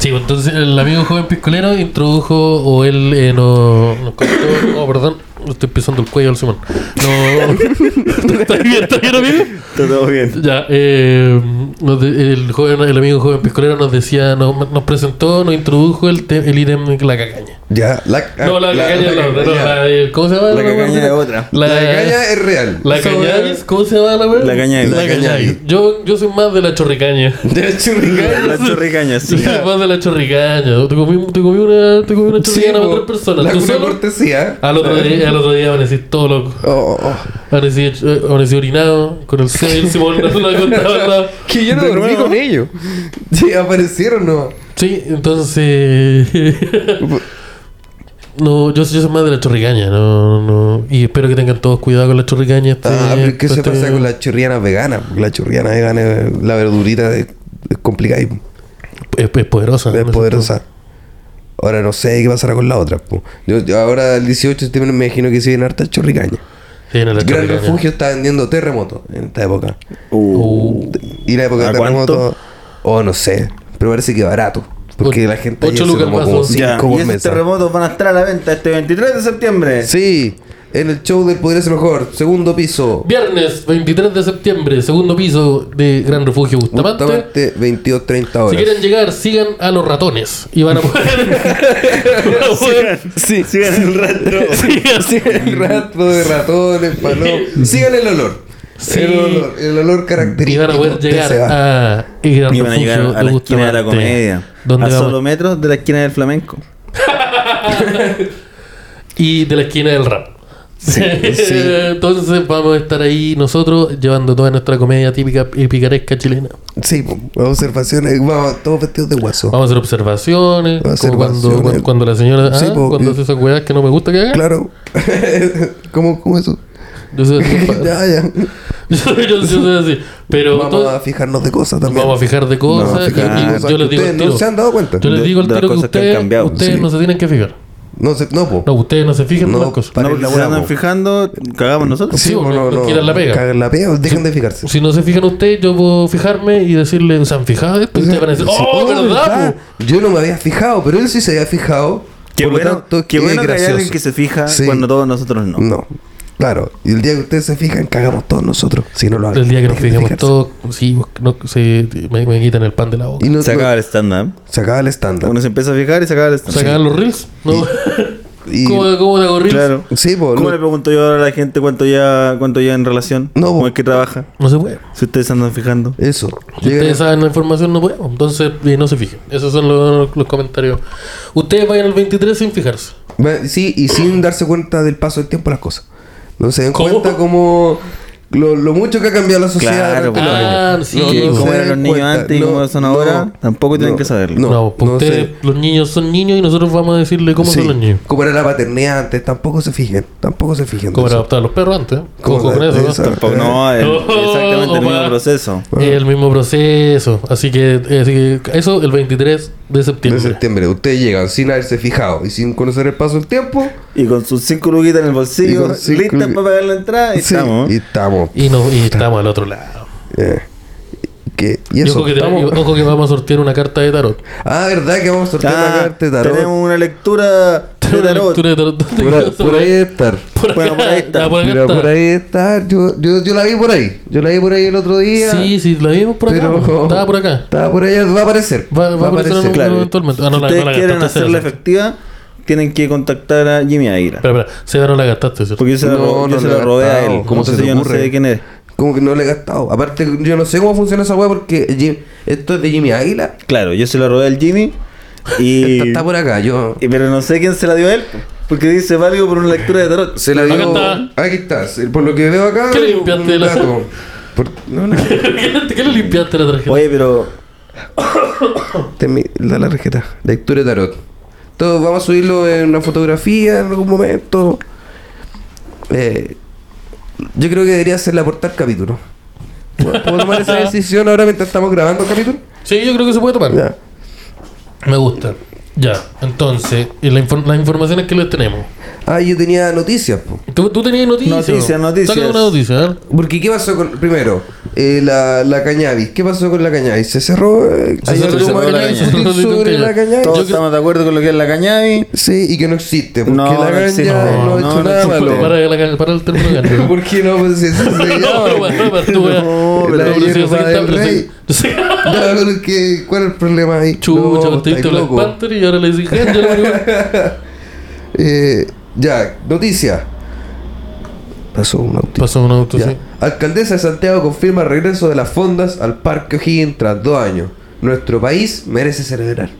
Sí, pues, entonces el amigo joven piscolero introdujo, o él eh, no- nos contó, oh, perdón, me estoy pisando el cuello al Simón. No, ¿está bien, está bien, amigo?
Está todo bien.
Ya, eh, nos de- el, joven, el amigo joven piscolero nos decía, nos, nos presentó, nos introdujo el, te- el ítem de la cacaña.
Ya, Ah, la.
No, la, cacaña no, no,
caña.
la, eh, ¿cómo se llama?
La
weá?
caña es otra.
La
La,
caña es real.
la
Esa
cañavis, ¿cómo se llama la weá?
La cañavis.
La
La
cañavis.
cañavis. Yo, yo soy más de la chorricaña.
weá- De hecho, real.
La chorricaña,
Sí,
sí.
más de la chorricaña. Te comí, te comí una, te comí una
Sí,
chorricaña a
po.
otras personas.
La
Tú
una
solo,
cortesía.
al otro día, al otro día amanecí todo loco.
Oh, oh.
Amanecí, eh, amanecí orinado, con el seno y el Simón no la contaba al lado.
Que yo no dormí
nuevo.
con ellos. Sí, aparecieron, no.
Sí, entonces. eh, no, yo, yo soy más de la chorricaña, no, no. Y espero que tengan todos cuidado con la chorricaña. este-
Ah, pero es que se
este-
pasa con las churrianas veganas. La churriana vegana, eh, la verdurita es, es complicada y
Es, es poderosa.
es
Ah, ¿no?
poderosa. Ahora no sé qué pasará con la otra. po. Yo, yo ahora el 18 de septiembre me imagino que se viene harta chorricaña.
Sí, en la
Gran
chorricaña.
Refugio está vendiendo terremoto en esta época.
Uh.
Uh,
Y la época
¿A
de terremoto, oh, no sé, pero parece que barato. Porque
Ocho-
la gente
ocho
ayer se
lucas
tomó
más,
como
¿no?
cinco
Ya,
por
y esos
mesa.
terremotos van a estar a la venta este 23 de septiembre.
Sí, en el show del Poder es mejor, segundo piso.
Viernes 23 de septiembre, segundo piso de Gran Refugio Bustamante.
Justamente 22, 30
Si
horas.
quieren llegar, sigan a los ratones y van a poder. van a poder-
Sí,
Sigan el rato.
sigan-
el rato de ratones, palom. Sigan el olor.
Sí.
El olor, el olor
y
característico.
van a poder
Usted
llegar
se va.
a el Gran
Y van a llegar
Refugio
a
de
la esquina de la
Bustamante,
comedia.
donde
a
vamos-
solo metros de la esquina del flamenco.
y de la esquina del rap.
sí.
Entonces vamos a estar ahí nosotros llevando toda nuestra comedia típica y picaresca chilena.
Sí, po, observaciones. Vamos, todos vestidos de guaso.
Vamos a hacer observaciones, como
Observaciones.
Cuando, cuando, cuando la señora ah,
Sí, po,
cuando
y-
hace esas weas que no me gusta que haga.
Claro. ¿Cómo, ¿Cómo eso?
Yo soy así. compadre.
Ya, ya.
yo, soy- yo soy así. Pero
Vamos
todo-
a fijarnos de cosas
nos
también.
vamos a fijar de
Vamos a
cosas.
fijar
y-
de
y
cosas
yo
que
les digo
ustedes
al
no
tiro.
se han dado cuenta.
Yo les
De-
digo al
de las
tiro que
cosas que han
ustedes,
cambiado,
ustedes
sí.
no se tienen que fijar.
No sé, no, po.
No, ustedes no se fijan
No,
en las cosas.
pa-
No, porque la weá andan
Paralizamos.
fijando, cagamos nosotros.
Sí, porque nos quitan la pega.
Cagan la pega, dejan de fijarse.
Si no se fijan ustedes, yo puedo fijarme y decirle, ¿se han fijado esto? Y ustedes van a decir, ¡oh, verdad! po!
Yo no me había fijado, pero él sí se había fijado.
Qué
Por lo
bueno,
tanto,
qué
es
bueno que hay
gracioso.
alguien que se fija
Sí.
cuando todos nosotros no.
No. Claro, y el día que ustedes se fijan, cagamos todos nosotros. Si no lo hagan.
El día que nos
Dejen de
fijemos
fijarse.
todos, sí, no, se, me, me quitan el pan de la boca.
Y no,
Se acaba el stand-up.
se acaba el estándar.
Uno se empieza a fijar y se acaba el
¿Se
stand-up.
acaban los reels? ¿No?
Y-
¿Cómo, ¿Cómo te hago reels?
Claro.
Sí, po.
¿Cómo
lo-
le pregunto yo ahora a la gente cuánto ya, cuánto ya en relación?
No,
¿Cómo
po.
es que trabaja?
No se puede.
Si ustedes andan fijando.
Eso.
Si
Llegan-
ustedes saben la información, no podemos. Entonces, eh, no se fijen. Esos son los, los comentarios. Ustedes vayan al 23 sin fijarse.
Ve- Sí, y sin darse cuenta del paso del tiempo las cosas. No se dan
¿Cómo?
cuenta como lo, lo mucho que ha cambiado la sociedad.
Claro,
durante
po.
los años.
Ah, sí.
No,
Que
no
cómo
se
eran los
den
niños
cuenta.
antes y
No,
cómo son
no,
ahora, tampoco tienen
no,
que saberlo.
No,
No,
pues
no
ustedes,
sé.
los niños son niños y nosotros vamos a decirle cómo
Sí,
son los niños.
Como era la paternidad antes, tampoco se fijen. Tampoco se fijen. de
Cómo era
eso.
adoptar a los perros antes. ¿eh?
Cómo
Ojo con
era-
eso, ¿no?
esa- ah.
Tampoco, no, es
Oh,
exactamente el mismo
opa.
proceso.
Es el mismo proceso. Así que, eh, así que eso el 23 de
De
septiembre.
septiembre, ustedes llegan sin haberse fijado y sin conocer el paso del tiempo.
Y con sus cinco luquitas en el
Y
bolsillo,
con cinco
listas para
lu-
pagar la entrada, y
Sí,
estamos.
Y estamos.
Y, no, y estamos al otro lado.
eh, que- y
Y
eso.
ojo, que te-
estamos-
y ojo que vamos a sortear una carta de tarot.
Ah, verdad que vamos a sortear
Ah,
la carta de tarot.
Tenemos una lectura de
Una
tarot.
lectura de tarot.
Por, ahí- por ahí estar.
Por acá.
Bueno, por ahí está.
Ah, por acá
Mira,
está.
por ahí está. Yo, yo, yo la vi por ahí. Yo la vi por ahí el otro día.
Sí, sí, la vimos por acá.
Pero-
Estaba por acá.
Estaba por ahí. Va a aparecer.
Va, va a aparecer en
Claro.
algún
claro.
eventualmente. Ah,
Si
no, la,
ustedes
no la
quieren
gastaste.
hacerla
César.
efectiva, tienen que contactar a Jimmy Aira.
Espera, espera. Seba no la gastaste, ¿cierto?
Porque yo se la,
No,
ro- yo
no
se
le
la
he
robé a
gastado.
él.
¿Cómo se
Entonces
te
yo no sé
ocurre?
de quién es.
Como que no le he gastado. Aparte, yo no sé cómo funciona esa weá porque Jim- esto es de Jimmy Águila.
Claro, yo se la robé al Jimmy. Y,
Esta está por acá. Yo.
y- Pero no sé quién se la dio a él. Porque dice válido por una lectura de tarot.
Se la
Acá
dio.
está.
Aquí está. Se- Por lo que veo acá.
¿Qué le limpiaste
un
la-
gato. Por- no, este no.
¿Qué le limpiaste la tarjeta?
Oye, pero
Temi- La tarjeta. Lectura de tarot. Todo, vamos a subirlo en una fotografía en algún momento. Eh, yo creo que debería ser la portada del capítulo. ¿Puedo puedo tomar esa decisión ahora mientras estamos grabando el capítulo?
Sí, yo creo que se puede tomar.
Ya.
Me gusta. Ya, entonces, y la infor- las informaciones que les tenemos.
Ah, yo tenía noticias. po.
¿Tú, tú tenías noticias?
Noticias, noticias.
Saca una noticia, ¿eh?
Porque ¿qué pasó con... Primero, eh, la, la cannabis. ¿Qué pasó con la cannabis? ¿Se cerró? eh,
Se
¿Hay
cerró-
algo
se
más
cerró
la
que
caña.
decir
Se cerró
sobre
la
la
caña.
cannabis?
todos
creo-
estamos de acuerdo con lo que es la cañabi.
Sí, y que no existe. Porque
No,
la
no
caña
existe.
no,
No,
ha hecho
no, no
nada
existe.
malo.
Para, la- para el término de
Pero
cambio.
¿Por qué no? Pues si así se llama.
No, pero bueno, tú, wea.
No,
No,
la
pero yo sé
hierba
que está-
del
yo sé-
rey.
yo sé-
No, pero ¿qué? ¿Cuál es el problema ahí?
Chucha,
no,
usted
estáis
viste Black
loco.
Panther y ahora le dije, "Gente, yo lo hago".
Eh, ya, noticia. Pasó un auto.
Pasó un auto,
Ya.
sí.
Alcaldesa de Santiago confirma el regreso de las fondas al Parque O'Higgins tras dos años. Nuestro país merece celebrar.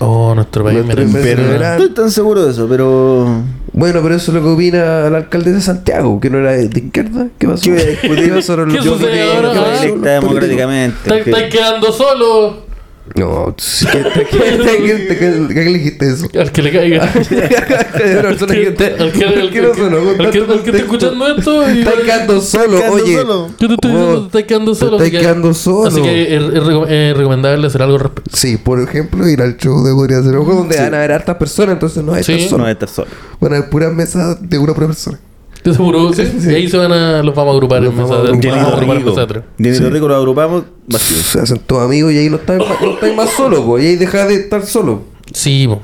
Oh, nuestro país
Nuestro
merece
país
una-
merece-
Estoy tan seguro de eso, pero.
Bueno, pero eso es lo que opina la alcaldesa de Santiago, que no era de izquierda. ¿Qué pasó?
¿Qué voy a discutir?
pasaron los-
¿Qué
yo
sucede
opino-
ahora?
yo
Ah.
opino-
Electa democráticamente.
Está- Estáis quedando solo.
No, sí, ¿qué, qué, qué- qué- qué- qué le dijiste eso?
Al que le caiga.
Pero eso es lo que te-
Al que- al
¿Por
que-
qué no sonó con
al que-
tanto
al que está
contexto?
escuchando esto y-
Está quedando solo,
quedando
oye. Oh,
solo.
Yo te estoy diciendo, te estás quedando
te
solo.
estás
así que-
quedando solo.
Así que es, es reco- es recomendable hacer algo al respecto.
Sí, por ejemplo, ir al show de Podría Ser Ojo, donde van a haber hartas personas, entonces no hay
Sí.
personas.
No voy a estar solo.
Van a haber puras mesas de una pura persona.
Te aseguro, sí. Y ahí se van a, los vamos a agrupar
Los
en mesa
vamos a
de-
agrupar.
vamos a agrupar en mesa de
Dinero
tres.
rico. Dinero rico lo agrupamos. vacío.
Se hacen todos amigos y ahí no estás no estás más solo, po. Y ahí dejas de estar solo.
Sí, po.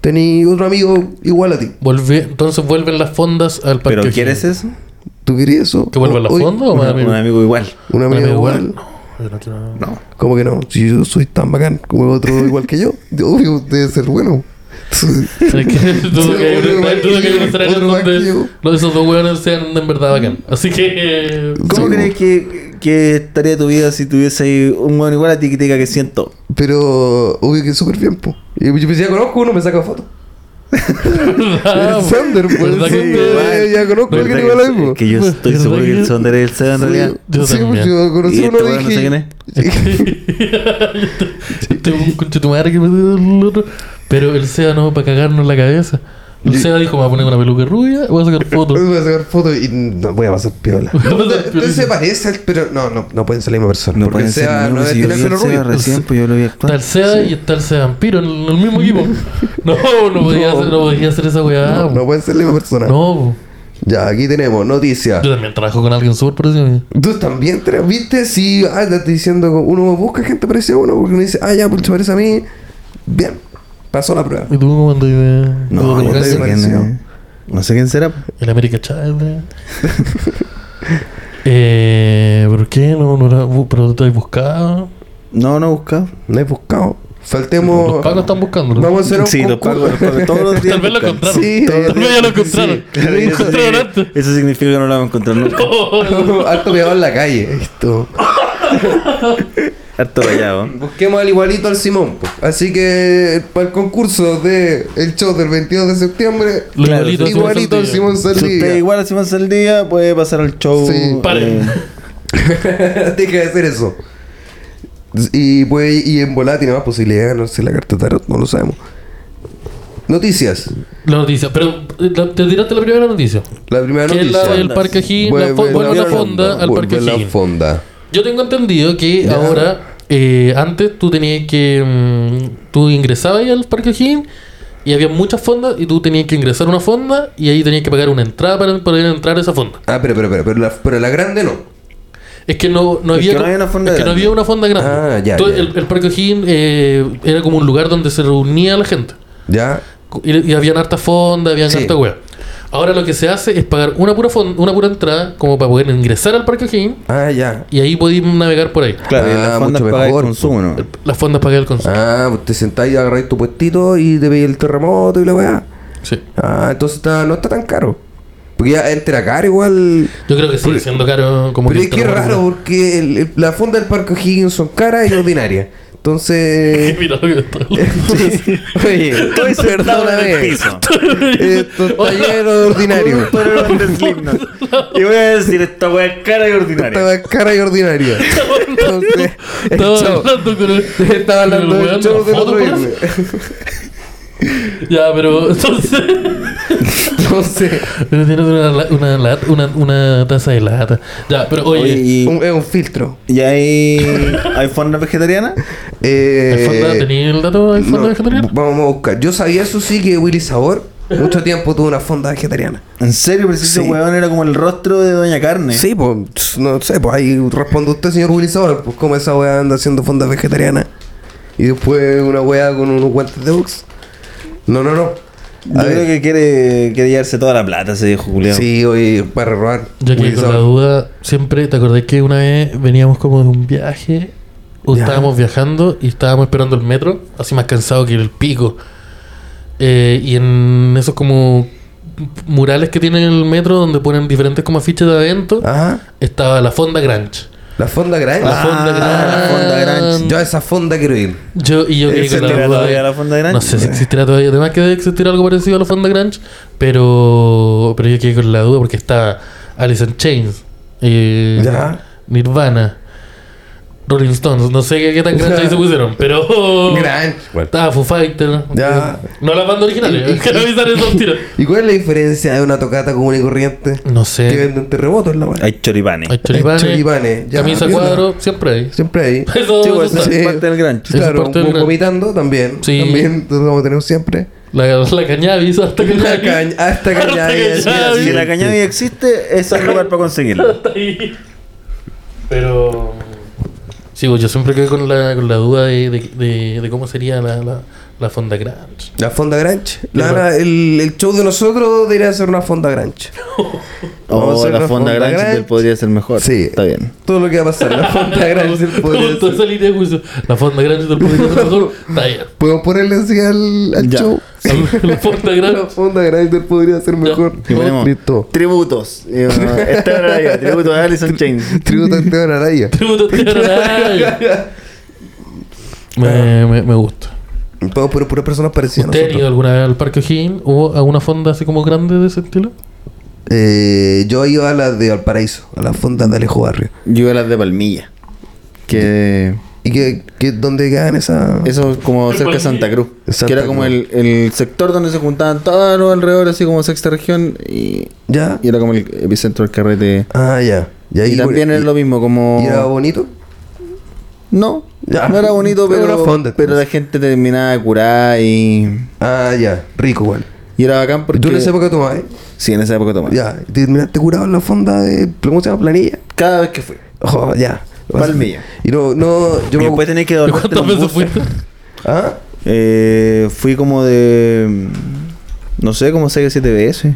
Tení otro amigo igual a ti.
Volve- entonces vuelven las fondas al parque.
¿Pero
O'Higgins.
quieres eso?
¿Tú querías eso?
¿Que vuelvan las
Oye,
fondas o
Un
más
un
amigos?
amigo igual.
Un amigo,
Amigo
igual.
igual. No, yo no quiero nada.
No.
¿Cómo que no? Si yo soy tan bacán como otro igual que yo, obvio debe ser bueno.
Es que dudo que hay
Otro
dudo
igual
que hay
que
un
yo,
escenario
otro igual que yo.
donde los- esos dos hueones sean en verdad bacán. Así que. eh,
¿Cómo
Sí.
crees que, que estaría tu vida si tuviese un weón igual a ti que te diga que siento?
Pero obvio que es súper bien, po. Y yo pensé, ya conozco uno, me saca foto.
¿verdad,
El
po?
Sander, po.
Ah,
el
¿Verdad que
Sander,
sí?
ya conozco a
¿Verdad
alguien
que-
igual a mí, po.
que yo estoy
¿Verdad
seguro
que-
que el son del Seba en realidad.
Yo
sí,
también.
pues, yo
Y
conocí
este
uno
weón no sé quién
dije...
Este es un conche tu madre que me dio el otro. Pero el SEA no, para cagarnos la cabeza. El Seba dijo, voy a poner una peluca rubia, voy a sacar fotos.
Voy a sacar fotos y no voy a pasar piola. Entonces se parece, al- pero no, no, no pueden ser la misma persona.
No
porque
pueden ser
Seba
no,
no es
si yo
tener
vi
pelo
al Seba
rubio.
recién, pues yo lo vi
Está
actuar.
el SEA y está el SEA Vampiro en el mismo equipo. No, no podía,
No.
Hacer, no podía hacer esa weá.
No,
po.
no pueden ser la misma persona.
Ah, No,
Ya, aquí tenemos noticias.
po. yo también trabajo con alguien súper parecido a mí.
Tú también, te- ¿viste? Sí, ah, estás diciendo, uno busca gente parecida a uno porque uno dice, ah, ya, pues se parece a mí. Bien, pasó la prueba.
¿Y tú cómo andas de- de
No, yo no sé
colocarse?
estoy-
quién es. No sé quién será.
El América Child. eh, ¿Por qué? No, no era, bu- pero te has buscado.
No, no busca.
No he buscado.
Los
Faltemos.
pagos están buscándolo.
Vamos a hacer un
Sí, los
concurso.
pago, los pago todos los días.
Pues Tal vez lo
buscan.
encontraron.
Sí,
Tal vez ya lo
sí.
encontraron.
Claro,
Lo
y eso,
encontraron
significa,
antes.
eso significa que no lo vamos a encontrar nunca.
Harto pegado en la calle. Esto.
Harto rayado.
Busquemos al igualito al Simón. po. Así que para el concurso de el show del 22 de septiembre,
Lo
Claro,
igualito a Simón
igualito al
Saldivia.
Simón
Si usted
Saldivia.
igual si más al día, puede pasar al show. eh,
Sí.
Paren.
Deja de hacer eso. Y, puede, y en volada tiene más posibilidad de ganarse la carta de tarot, no lo sabemos. Noticias.
La noticia. Pero eh, la- te tiraste la primera noticia.
La primera
Que es
noticia.
la del Parque O'Higgins. la fo-
Vuelve
Vuelve la fonda al Parque
Vuelve la
O'Higgins.
fonda.
Yo tengo entendido que
Ya.
ahora, eh, antes tú tenías que. mm, tú ingresabas ahí al Parque O'Higgins y había muchas fondas y tú tenías que ingresar a una fonda y ahí tenías que pagar una entrada para poder entrar a esa fonda.
Ah, pero, pero, pero, pero, la, pero la grande no.
Es que no, no
Es
había.
que no
co-
había una fonda
es que no
grande.
había una fonda grande.
Ah, ya,
Entonces,
ya.
El, el Parque O'Higgins eh, era como un lugar donde se reunía la gente.
Ya.
Y, y habían harta fonda, habían
Sí.
harta wea. Ahora lo que se hace es pagar una pura fonda, una pura entrada como para poder ingresar al Parque O'Higgins
Ah, ya.
y ahí podéis navegar por ahí.
Claro, y
Ah,
en las fondas
mucho
paga el
mejor.
consumo, ¿no?
Las fondas pagan el consumo.
Ah, te sentás y agarráis tu puestito y te veis el terremoto y la weá.
Sí.
Ah, entonces está- no está tan caro. Porque ya entra caro igual.
Yo creo que sigue siendo caro como
Pero es
el
que es
terreno.
raro porque el- el- la fonda del Parque O'Higgins son caras y ordinarias. Entonces.
Mira lo que está.
Oye, estoy perdóname. Esto está lleno de ordinario.
Pero no es Slipknot. Y voy a decir, esta wea es cara y ordinaria.
Estaba cara y ordinaria. Entonces, el
Estaba
show-
hablando con el-
estaba hablando
con el
del
weón
show
de
del
la
otro
foto,
viernes.
Ya, pero entonces.
Entonces,
pero tienes una, la- una, lata- una, una taza de lata. Ya, pero oye.
Oye, y,
un- es un filtro.
y hay, hay fondas vegetarianas.
Eh,
¿El fondo tenía el dato del fondo
no,
vegetariano?
Vamos a buscar. Yo sabía eso sí que Willy Sabor mucho tiempo tuvo una fonda vegetariana.
En serio, pero si ese
Sí.
weón era como el rostro de Doña Carne.
Sí, pues, no sé, pues ahí responde usted, señor Willy Sabor, pues cómo esa weá anda haciendo fonda vegetariana. Y después una weá con unos guantes de box. No, no, no.
Yo
A
creo
ver.
que quiere, quiere llevarse toda la plata ese viejo culiado.
Sí, hoy para robar.
Ya que
Willy
con la
Sabor.
duda, siempre te acordás que una vez veníamos como de un viaje, o
Ya.
estábamos viajando y estábamos esperando el metro, así más cansado que el pico. Eh, y en esos como murales que tienen en el metro donde ponen diferentes como afiches de eventos,
Ajá.
estaba la Fonda Granch.
La fonda grande. Ah,
La Fonda
la Fonda
Granch.
Yo a esa fonda quiero ir.
Yo, y yo quedé con la
¿Existirá
duda
todavía
de-
la Fonda Granch?
No sé si existirá todavía. Además que debe existir algo parecido a la Fonda Granch. Pero, pero yo quedé con la duda porque está Alice in Chains. eh,
Ya.
Nirvana. Rolling Stones. No sé qué, qué tan grande ahí se pusieron. Pero...
Gran.
Estaba Foo Fighter.
Ya.
No la banda original.
Y-
Hay que revisar esos tiros.
¿Y cuál es la diferencia de una tocata común y corriente?
No
Que
sé.
venden terremotos en la weá.
Hay choripanes.
Hay choripanes.
choripanes, ya,
camisa
viola.
cuadro. Siempre hay.
Siempre ahí.
Eso-
Sí,
eso
pues,
está.
sí. parte del Granch.
Esa
Claro,
parte del
vo-
gran-
vomitando también.
Sí.
También, entonces vamos a tener siempre.
La, la cañabis. Hasta que
La caña, hasta cañadas.
cañadas.
Si la cañada existe, es el lugar para conseguirla.
Está ahí. Pero. Sí, pues, yo siempre quedo con la, con la duda de, de, de- de cómo sería la, la, la Fonda Grant.
La fonda granch. La- la- el, el show de nosotros debería ser una fonda granch. Vamos a
O
hacer
la
una
Fonda
Fonda
Granch
Granch.
del podría ser mejor.
Sí.
Está bien.
Todo lo que va a pasar. La fonda granch. el poder
Justo
ser-
salí de juicio. La Fonda Grant del Poder del Azul. Está bien.
Podemos ponerle así al, al
Ya.
show.
La Fonda
La
Grant.
fonda granch podría ser mejor.
Y ponemos
Oh, Listo.
tributos. Y, uh, Esteban Araya, tributo a Alison Chains.
Tributo a Esteban Araya.
Tributo a Esteban Araya. me, me, me gusta.
Podemos poner puras personas parecidas a
¿Usted ha ido
nosotros.
alguna vez al Parque O'Higgins o a una fonda así como grande de ese estilo?
Eh, yo iba a la de Valparaíso, a la fonda de Alejo Barrio.
Yo a las de Palmilla. Que.
¿Y qué, qué- dónde quedan esas...?
Eso como
Pues,
cerca de Santa Cruz.
Santa
que era como
Cruz.
el, el sector donde se juntaban todos los alrededores, así como sexta región. Y,
¿Ya?
y era como el epicentro del carrete.
Ah, ya. Y, ahí-
Y, también
y-
es lo mismo, como...
¿Y era bonito?
No,
Ya.
no era bonito,
Pero
pero,
era fonda,
pero la
entonces.
gente terminaba de curar y...
Ah, ya. Rico, igual.
Y era bacán porque...
¿Y ¿Tú en esa época tomabas? eh?
Sí, en esa época tomaba.
Ya. ¿Te terminaste curado en la fonda de... ¿Cómo se llama? ¿Planilla?
Cada vez que fui.
Ojo, ya.
Palmilla.
Y no, no... Yo
Y
me acu-
después tenés que
¿Y
dormir.
¿Cuántas veces fuiste?
¿Ah?
Eh,
Fui como de. mm, No sé, como 6 o 7 veces.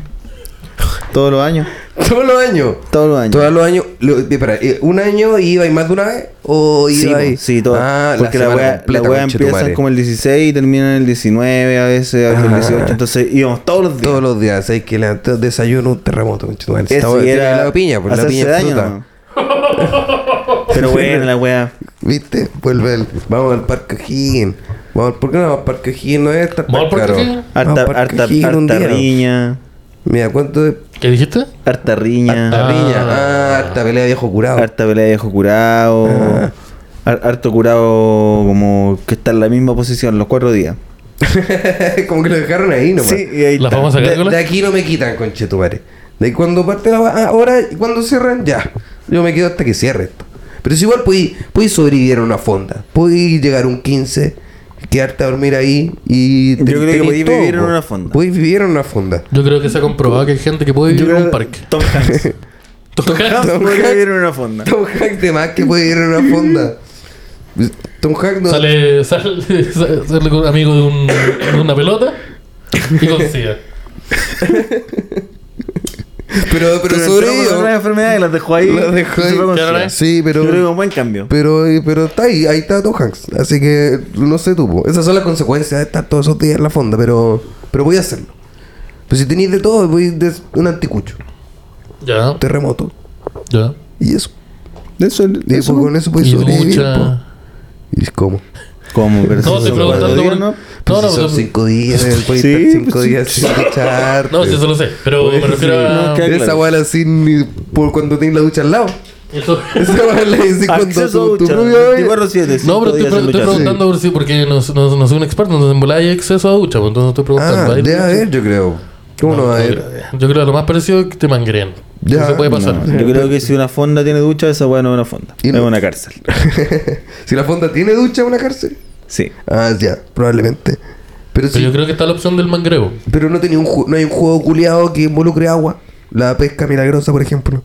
Todos los años.
Todos los años.
Todos los años.
Todos los años. lo- espera, eh, ¿un año iba y más de una vez? ¿O
Sí,
iba
po,
ahí?
sí, todo.
Ah,
porque la
semana
wea, la
completa,
wea
conchetumare.
empieza como el 16 y termina en el 19, a veces, a veces
Ah.
el 18. Entonces íbamos todos los días.
Todos los días, hay que levantar desayuno, un terremoto, conchetumare.
Eso,
Estaba-
y
tiene
era
la piña, pues la
hacerse
piña es
daño,
fruta.
¿no? Pero bueno, la wea.
¿Viste? Vuelve el- Vamos al Parque O'Higgins. Vamos, ¿Por qué no vamos al Parque O'Higgins? No es tan
¿Vamos al Parque
caro.
O'Higgins?
Vamos
Harta,
al Parque
harta,
O'Higgins un
harta
día.
riña.
Mira, ¿cuánto es?
¿Qué dijiste?
Harta riña.
Harta riña. Ah, harta pelea de viejo curado.
Harta pelea de viejo curado.
Ah.
har- Harto curado como que está en la misma posición los cuatro días.
Como que lo dejaron ahí nomás.
y ahí
La
está.
famosa
De,
cárgola.
de aquí no me quitan, conchetumare. De cuando parte la va- ah, ahora y cuando cierran, ya. Yo me quedo hasta que cierre esto. Pero si igual podí, podí sobrevivir a una fonda. Podí llegar un 15, quedarte a dormir ahí y...
Yo creo que
tenés
podí vivir en
po.
una fonda.
Podí vivir en una fonda.
Yo creo que se ha comprobado que hay gente que puede
Yo
vivir en
creo
un
que
parque.
Tom Hanks. Tom Hanks
Tom
podría
Hanks.
vivir en una fonda.
Tom Hanks de más que puede vivir en una fonda. Tom Hanks no...
Sale, sale, sale, sale con un amigo de, un, de una pelota y consigue.
Pero, pero
Pero entró con una
sobrevivió.
enfermedad y las dejó ahí.
Las dejó
Se
ahí.
fue con
Ya no
SIDA.
es.
Sí, pero...
Yo creo que un buen cambio.
Pero, eh, pero está ahí, ahí está Tom Hanks. Así que no sé tú. po. Esas son las consecuencias de estar todos esos días en la fonda, pero, pero voy a hacerlo. Pues si tenéis de todo, voy de un anticucho,
Ya,
terremoto.
ya.
Y eso.
eso,
Y pues, con eso podéis
Y
sobrevivir.
ducha.
po. ¿Y cómo?
¿Cómo?
No,
Pero si
te
son
preguntando
cuatro días,
por-
¿no?
No,
Pues
no,
si son
no,
cinco pues. días, podéis
Sí,
estar cinco
pues sí.
días sin duchar.
No, sí, eso lo sé. Pero me refiero a.
no, que-
Esa
claro.
hueá la decís ni por cuando tenéis la ducha al lado.
Eso-
Esa hueá la decís cuando
Acceso
tu,
a
tu
ducha,
propio baño.
24/7,
No,
cinco
pero estoy,
días
pre- estoy
sin duchar.
preguntando por si, porque no, no, no soy un experto, entonces en bola hay exceso a ducha, pues, entonces estoy
Ah,
preguntando. ¿hay
debe
ducha?
haber, yo creo. ¿Cómo no, va a
yo,
haber?
creo- yo creo que lo más parecido es que te mangren.
Ya,
Eso puede pasar.
No, yo creo que si una fonda tiene ducha, esa weá no es una fonda.
Y
Es
no-
una cárcel.
si la fonda tiene ducha, una cárcel.
Sí.
Ah, ya, probablemente. Pero,
Pero
sí,
yo creo que está la opción del mangreo.
pero no, tenía un ju- no hay un juego culiado que involucre agua. La pesca milagrosa, por ejemplo.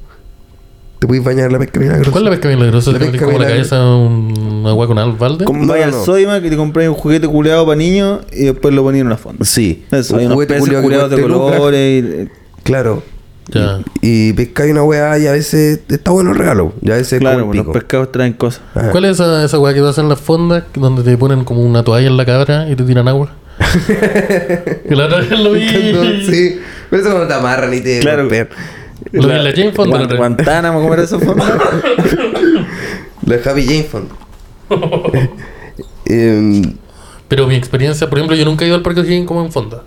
Te puedes bañar en la pesca milagrosa.
¿Cuál es la pesca milagrosa?
La
¿Te metís
pesca
como la
milagrosa.
cabeza a un agua con albalde?
Como
No,
vaya
no.
al Soima que te compráis un juguete culeado para niños y después lo ponías en una fonda.
Sí.
Eso,
Un
hay unos
juguete
peces
culiao que
culeados de
cueste lucas.
colores. y- eh,
Claro.
Ya.
Y pescáis una weá y a veces está bueno el regalo. Y a veces
claro,
como
pues,
el
los
pico. Ah.
pescados traen cosas.
Ajá.
¿Cuál es esa, esa weá que pasa en las fondas que- donde te ponen como una toalla en la cabra y te tiran agua? Que la otra vez lo vi.
sí. Pero eso cuando te amarran y te
Claro.
golpean.
Lo vi en la Jane Fonda. la
Guan-
otra vez.
Guantánamo, ¿cómo era esa fonda?
La Happy Jane Fund. Em,
Pero mi experiencia, por ejemplo, yo nunca he ido al Parque O'Higgins como en fonda.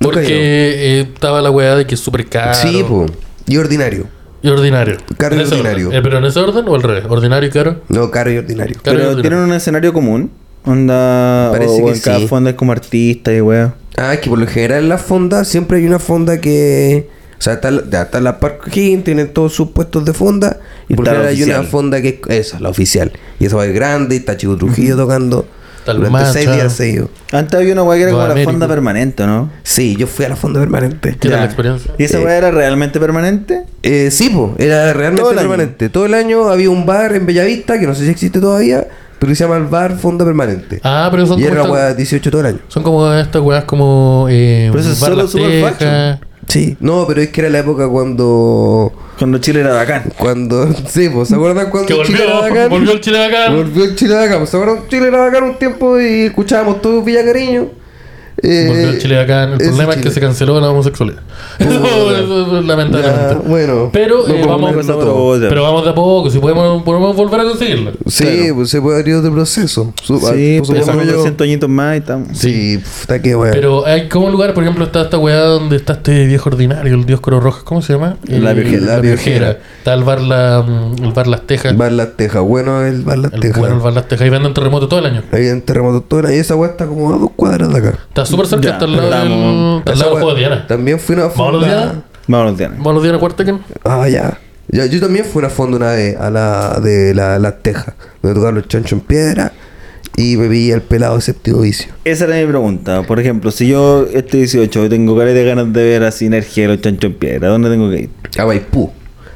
Nunca he
Porque
ido.
eh, estaba la weá de que es súper caro.
Sí, po. Y ordinario.
Y ordinario.
Caro y
En ese
ordinario.
orden. Eh, pero en ese orden o al revés. Ordinario y caro.
No, caro y ordinario.
Caro y
Pero
ordinario.
tienen un escenario común. Onda.
Parece
o, o
que
en cada
sí.
fonda es como artista y weá.
Ah, es que por lo general en las fondas siempre hay una fonda que. O sea, está, la- ya está la Park Higgins, tienen todos sus puestos de fonda. Y por lo
Está
general
la
hay una
oficial.
fonda que es esa, la oficial. Y esa va a ir grande, y está Chico Trujillo tocando.
Está el
durante
Macha.
seis días seguidos.
Antes había una weá que era
Los
como
Américos.
la fonda permanente, ¿no?
Sí, yo fui a la fonda permanente.
¿Qué
Ya.
tal la experiencia?
¿Y esa
Eh.
weá era realmente permanente?
Eh, sí, po, era realmente
Todo el año.
permanente. Todo el año había un bar en Bellavista, que no sé si existe todavía, pero que se llama el bar Fonda Permanente.
Ah, pero son
y
como,
era
estas-
weá, 18 todo el año.
son como estas weas como. Eh,
Pero eso es
Bar
solo
Las
super
Tejas.
facho.
Sí. No, pero es que era la época cuando.
Cuando Chile era bacán.
Cuando. Sí, pues, ¿se acuerdan cuando
Que
Chile era
volvió.
bacán?
Volvió el Chile bacán.
Volvió el Chile de acá. ¿Se acuerdan? Chile era bacán un tiempo y escuchábamos todo Villa Cariño. Eh,
Volvió a Chile acá. El
es
problema es que
Chile.
se canceló la homosexualidad.
Ya,
Lamentablemente.
bueno.
Pero,
No
eh,
podemos
vamos,
negarlo
Pero
todo.
otra.
pero vamos de a poco. Si podemos, podemos volver a conseguirla.
Sí, pues se puede abrir otro proceso. Su-
sí,
ah,
pues,
supongo
sacamos
yo.
200 añitos más y estamos.
Sí, puta que bueno.
Pero hay como un lugar, por ejemplo, está esta weá donde está este viejo ordinario, el dios Coro Rojas, ¿cómo se llama?
La
Eh,
Viejera.
La Viejera.
Está el bar, la, mm, el bar Las Tejas.
Bar Las Tejas, bueno, el Bar Las
el,
Tejas.
bueno, el bar Las Tejas. Y venden terremoto todo el año.
Ahí en terremoto todo el año. Y esa weá está como a dos cuadras de acá.
Está súper cerca,
Ya,
está al lado del
estamos.
está al
Esa weá-
lado del juego de Diana.
También fui a una
¿Vamos a los Diana?
fonda.
Vámonos, Diana.
¿Vamos a los Diana Cuartequen?
Ah, ya. Ya, Yo también fui a una fonda una vez, a la de la, Las Tejas, donde tocaban los chanchos en piedra y me vi el pelado de séptimo vicio.
Esa era mi pregunta. Por ejemplo, si yo este 18 tengo cara de ganas de ver a Sinergia de los Chancho en Piedra, ¿dónde tengo que ir?
A Maipú.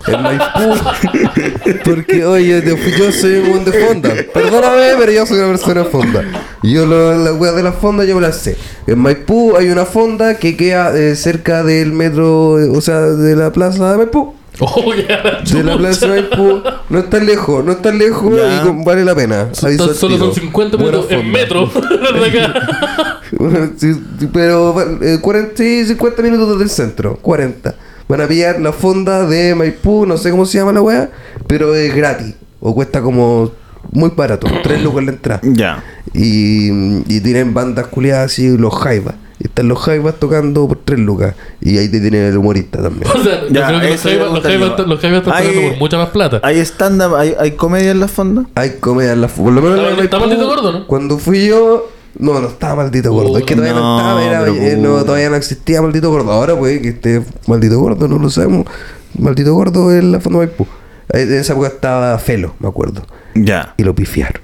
En Maipú. Porque, oye, te fui- yo soy un buen de fonda. Perdóname, pero yo soy una persona de fonda. Yo lo, la weá de la fonda yo me la sé. En Maipú hay una fonda que queda eh, cerca del metro, eh, o sea, de la plaza de Maipú.
Oh, ya.
De la plaza de Maipú. No es tan lejos, no es tan lejos
Ya.
y con- vale la pena.
Son-
Aviso al
solo
tiro.
son 50
Buena
minutos en
fonda.
metro. de acá.
Sí, sí, pero eh, 40 y 50 minutos del centro, 40. Van a pillar la fonda de Maipú, no sé cómo se llama la weá, pero es gratis. O cuesta como muy barato, 3 lucas la entrada.
Ya.
Y, y tienen bandas culiadas así, los jaivas. Y Están los jaivas tocando por 3 lucas. Y ahí te tienen el humorista también.
O sea,
Ya,
yo creo que los
eso ya
Jaivas-
me
los Jaivas
gustaría.
están- los Jaivas están
Ahí-
pagando por mucha más plata.
¿Hay stand-up? ¿Hay, ¿Hay comedia en la fonda?
Hay comedia en la fonda. Por lo menos en la de
¿Está
Maipú,
maldito gordo, no?
Cuando fui yo. No, no estaba maldito gordo. Es que todavía no,
no,
estaba, era-
pero
eh, no,
puta.
todavía no existía maldito gordo. Ahora pues que esté maldito gordo, no lo sabemos. Maldito gordo en la fonda Maipú. Eh, En esa época estaba Felo, me acuerdo.
Ya.
Y lo pifiaron.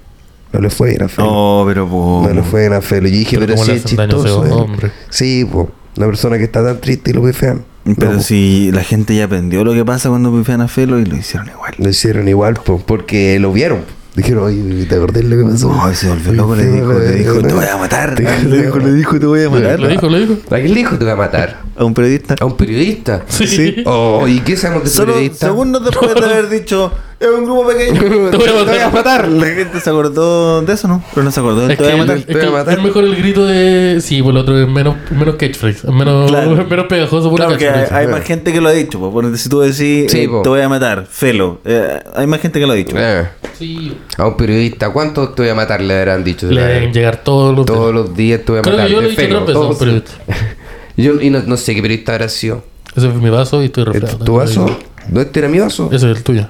No le fue bien a Felo.
No, pero po.
No le fue bien a Felo. Y dije,
Pero
pero,
cómo
sí
le
es
hacen daño a ese
chistoso. él.
hombre.
Sí, pues. Una persona que está tan triste y lo pifean.
Pero
No, po.
si la gente ya aprendió lo que pasa cuando pifean a Felo y lo hicieron igual.
Lo hicieron igual, po, porque lo vieron. Dijeron, oye, ¿te acordás lo que pasó?
No, se volvió loco, le dijo, le dijo, te voy a matar. Le dijo, le dijo, te voy a matar.
¿Lo dijo? ¿Lo dijo?
¿A quién le dijo te voy a matar?
A un periodista.
¿A un periodista?
Sí.
Sí.
Oh, ¿y qué sabemos de
Solo
periodista?
segundos después de haber dicho, es un grupo
te
pequeño.
voy a matar.
La gente se acordó de eso, ¿no? Pero no se acordó de
Es
te voy
que, el-
a matar.
es
te voy a
que
matar.
es mejor el grito de. Sí, pues el otro es menos, menos catchphrase. Es menos,
Claro.
es menos pegajoso por
Claro,
la
porque hay,
catchphrase.
hay más gente que lo ha dicho. po. Porque si tú decís,
Sí,
eh,
po.
te voy a matar, Felo. eh, hay más gente que lo ha dicho. Ah,
Eh,
Sí.
a un periodista, ¿cuántos te voy a matar? Le habrán dicho.
Le deben llegar todos los.
Todos los días te voy a
Creo
matar.
que yo lo
de
he dicho
feo,
otras veces a un
todos.
periodista.
Yo- y no, no sé qué periodista habrá sido.
Ese es mi vaso y estoy
¿Este
resfriado.
¿Tu vaso? ¿No este era mi vaso?
Ese es el tuyo.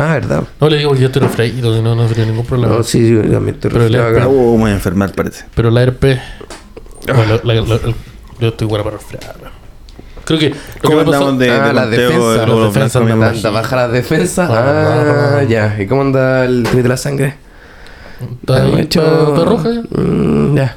Ah, ¿verdad?
No le digo porque yo estoy resfriado y no, no, no sería ningún problema.
No, sí, yo también estoy
Pero le-
resfriado acá.
Ah, oh, me voy a enfermar, parece.
Pero la RP.
Ah.
Bueno, la- la- la- la- yo estoy bueno para resfriarme. Creo que. Lo que
¿Cómo
me pasó,
andamos de,
Ah,
de
la
conteo
defensa,
de
la
los
defensa
blancos?
andamos.
Anda, baja la defensa.
Ah,
Ah, ya. ¿Y cómo anda el tweet de la sangre?
¿Está ahí?
¿Has
¿Está- está roja?
Mm, ya.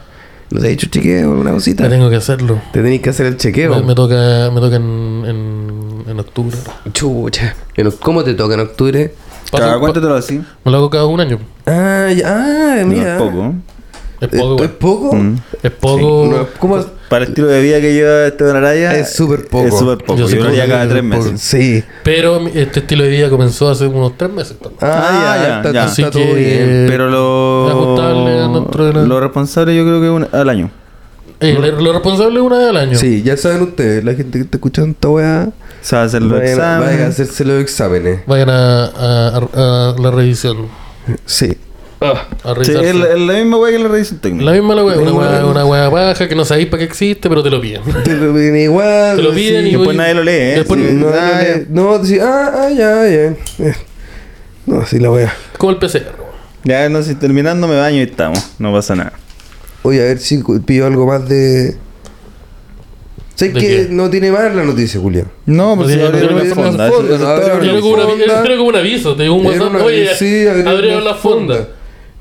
¿No te has hecho chequeo una
Ya
cosita?
tengo que hacerlo.
Te tenés que hacer el chequeo.
Me, me toca, me toca en, en, en octubre.
Chucha. En oc- ¿Cómo te toca en octubre?
Paso-
Cada cuánto te lo así.
pa- me lo hago cada un año.
Ah, ya. Ah,
No
mira.
es poco. Mm.
Es
¿Eh,
poco,
¿Es
güey.
poco?
Es poco.
No, ¿Cómo? es?
Para el estilo de vida que lleva este Don Araya.
Es súper poco.
Es súper poco.
Yo
Yo,
soy
lo haría
poco,
cada
yo
tres
soy
Por-
meses.
sí.
Pero mi- este estilo de vida comenzó hace unos tres meses. también.
Ah,
Ah,
ya,
ya,
Está,
ya.
está
Así
todo
que-
bien.
Pero
Ajustable dentro de la-
lo. Lo responsable yo creo que es un- al año.
Eh, lo- lo responsable es una vez al año.
Sí, ya saben ustedes, la gente que está escuchando esta weá,
O sea, hacer los
vayan, a- vayan a
exámenes.
hacerse los exámenes.
Vayan a, a- a- a la revisión.
Sí.
A
Sí,
revisarse.
es la es la misma weá que la revisión técnica.
La misma la wea, una
Igual.
wea, una wea baja que no sabéis para qué existe, pero te lo piden.
Te lo piden igual. pues,
Te lo piden
sí.
y
Después
voy-
nadie lo lee, ¿eh?
después-
Sí.
No,
Ah,
no, no, sí, ah, ah, ya, ya. Eh. No, sí, la weá.
Como el PCR. wea.
Ya, no sé, terminando me baño y estamos. No pasa nada.
Oye, a ver si cu- pillo algo más de. ¿Sabes
¿De
que
qué?
no tiene más la noticia, Julián?
No,
pues No si tiene- abrieron no
la tiene fonda, fonda, eso- eso no, está abrieron
Era
la
como, una-
fonda.
era como un aviso, te digo un
Era
WhatsApp.
una-
Oye,
sí, abrieron
abrieron
la
la fonda.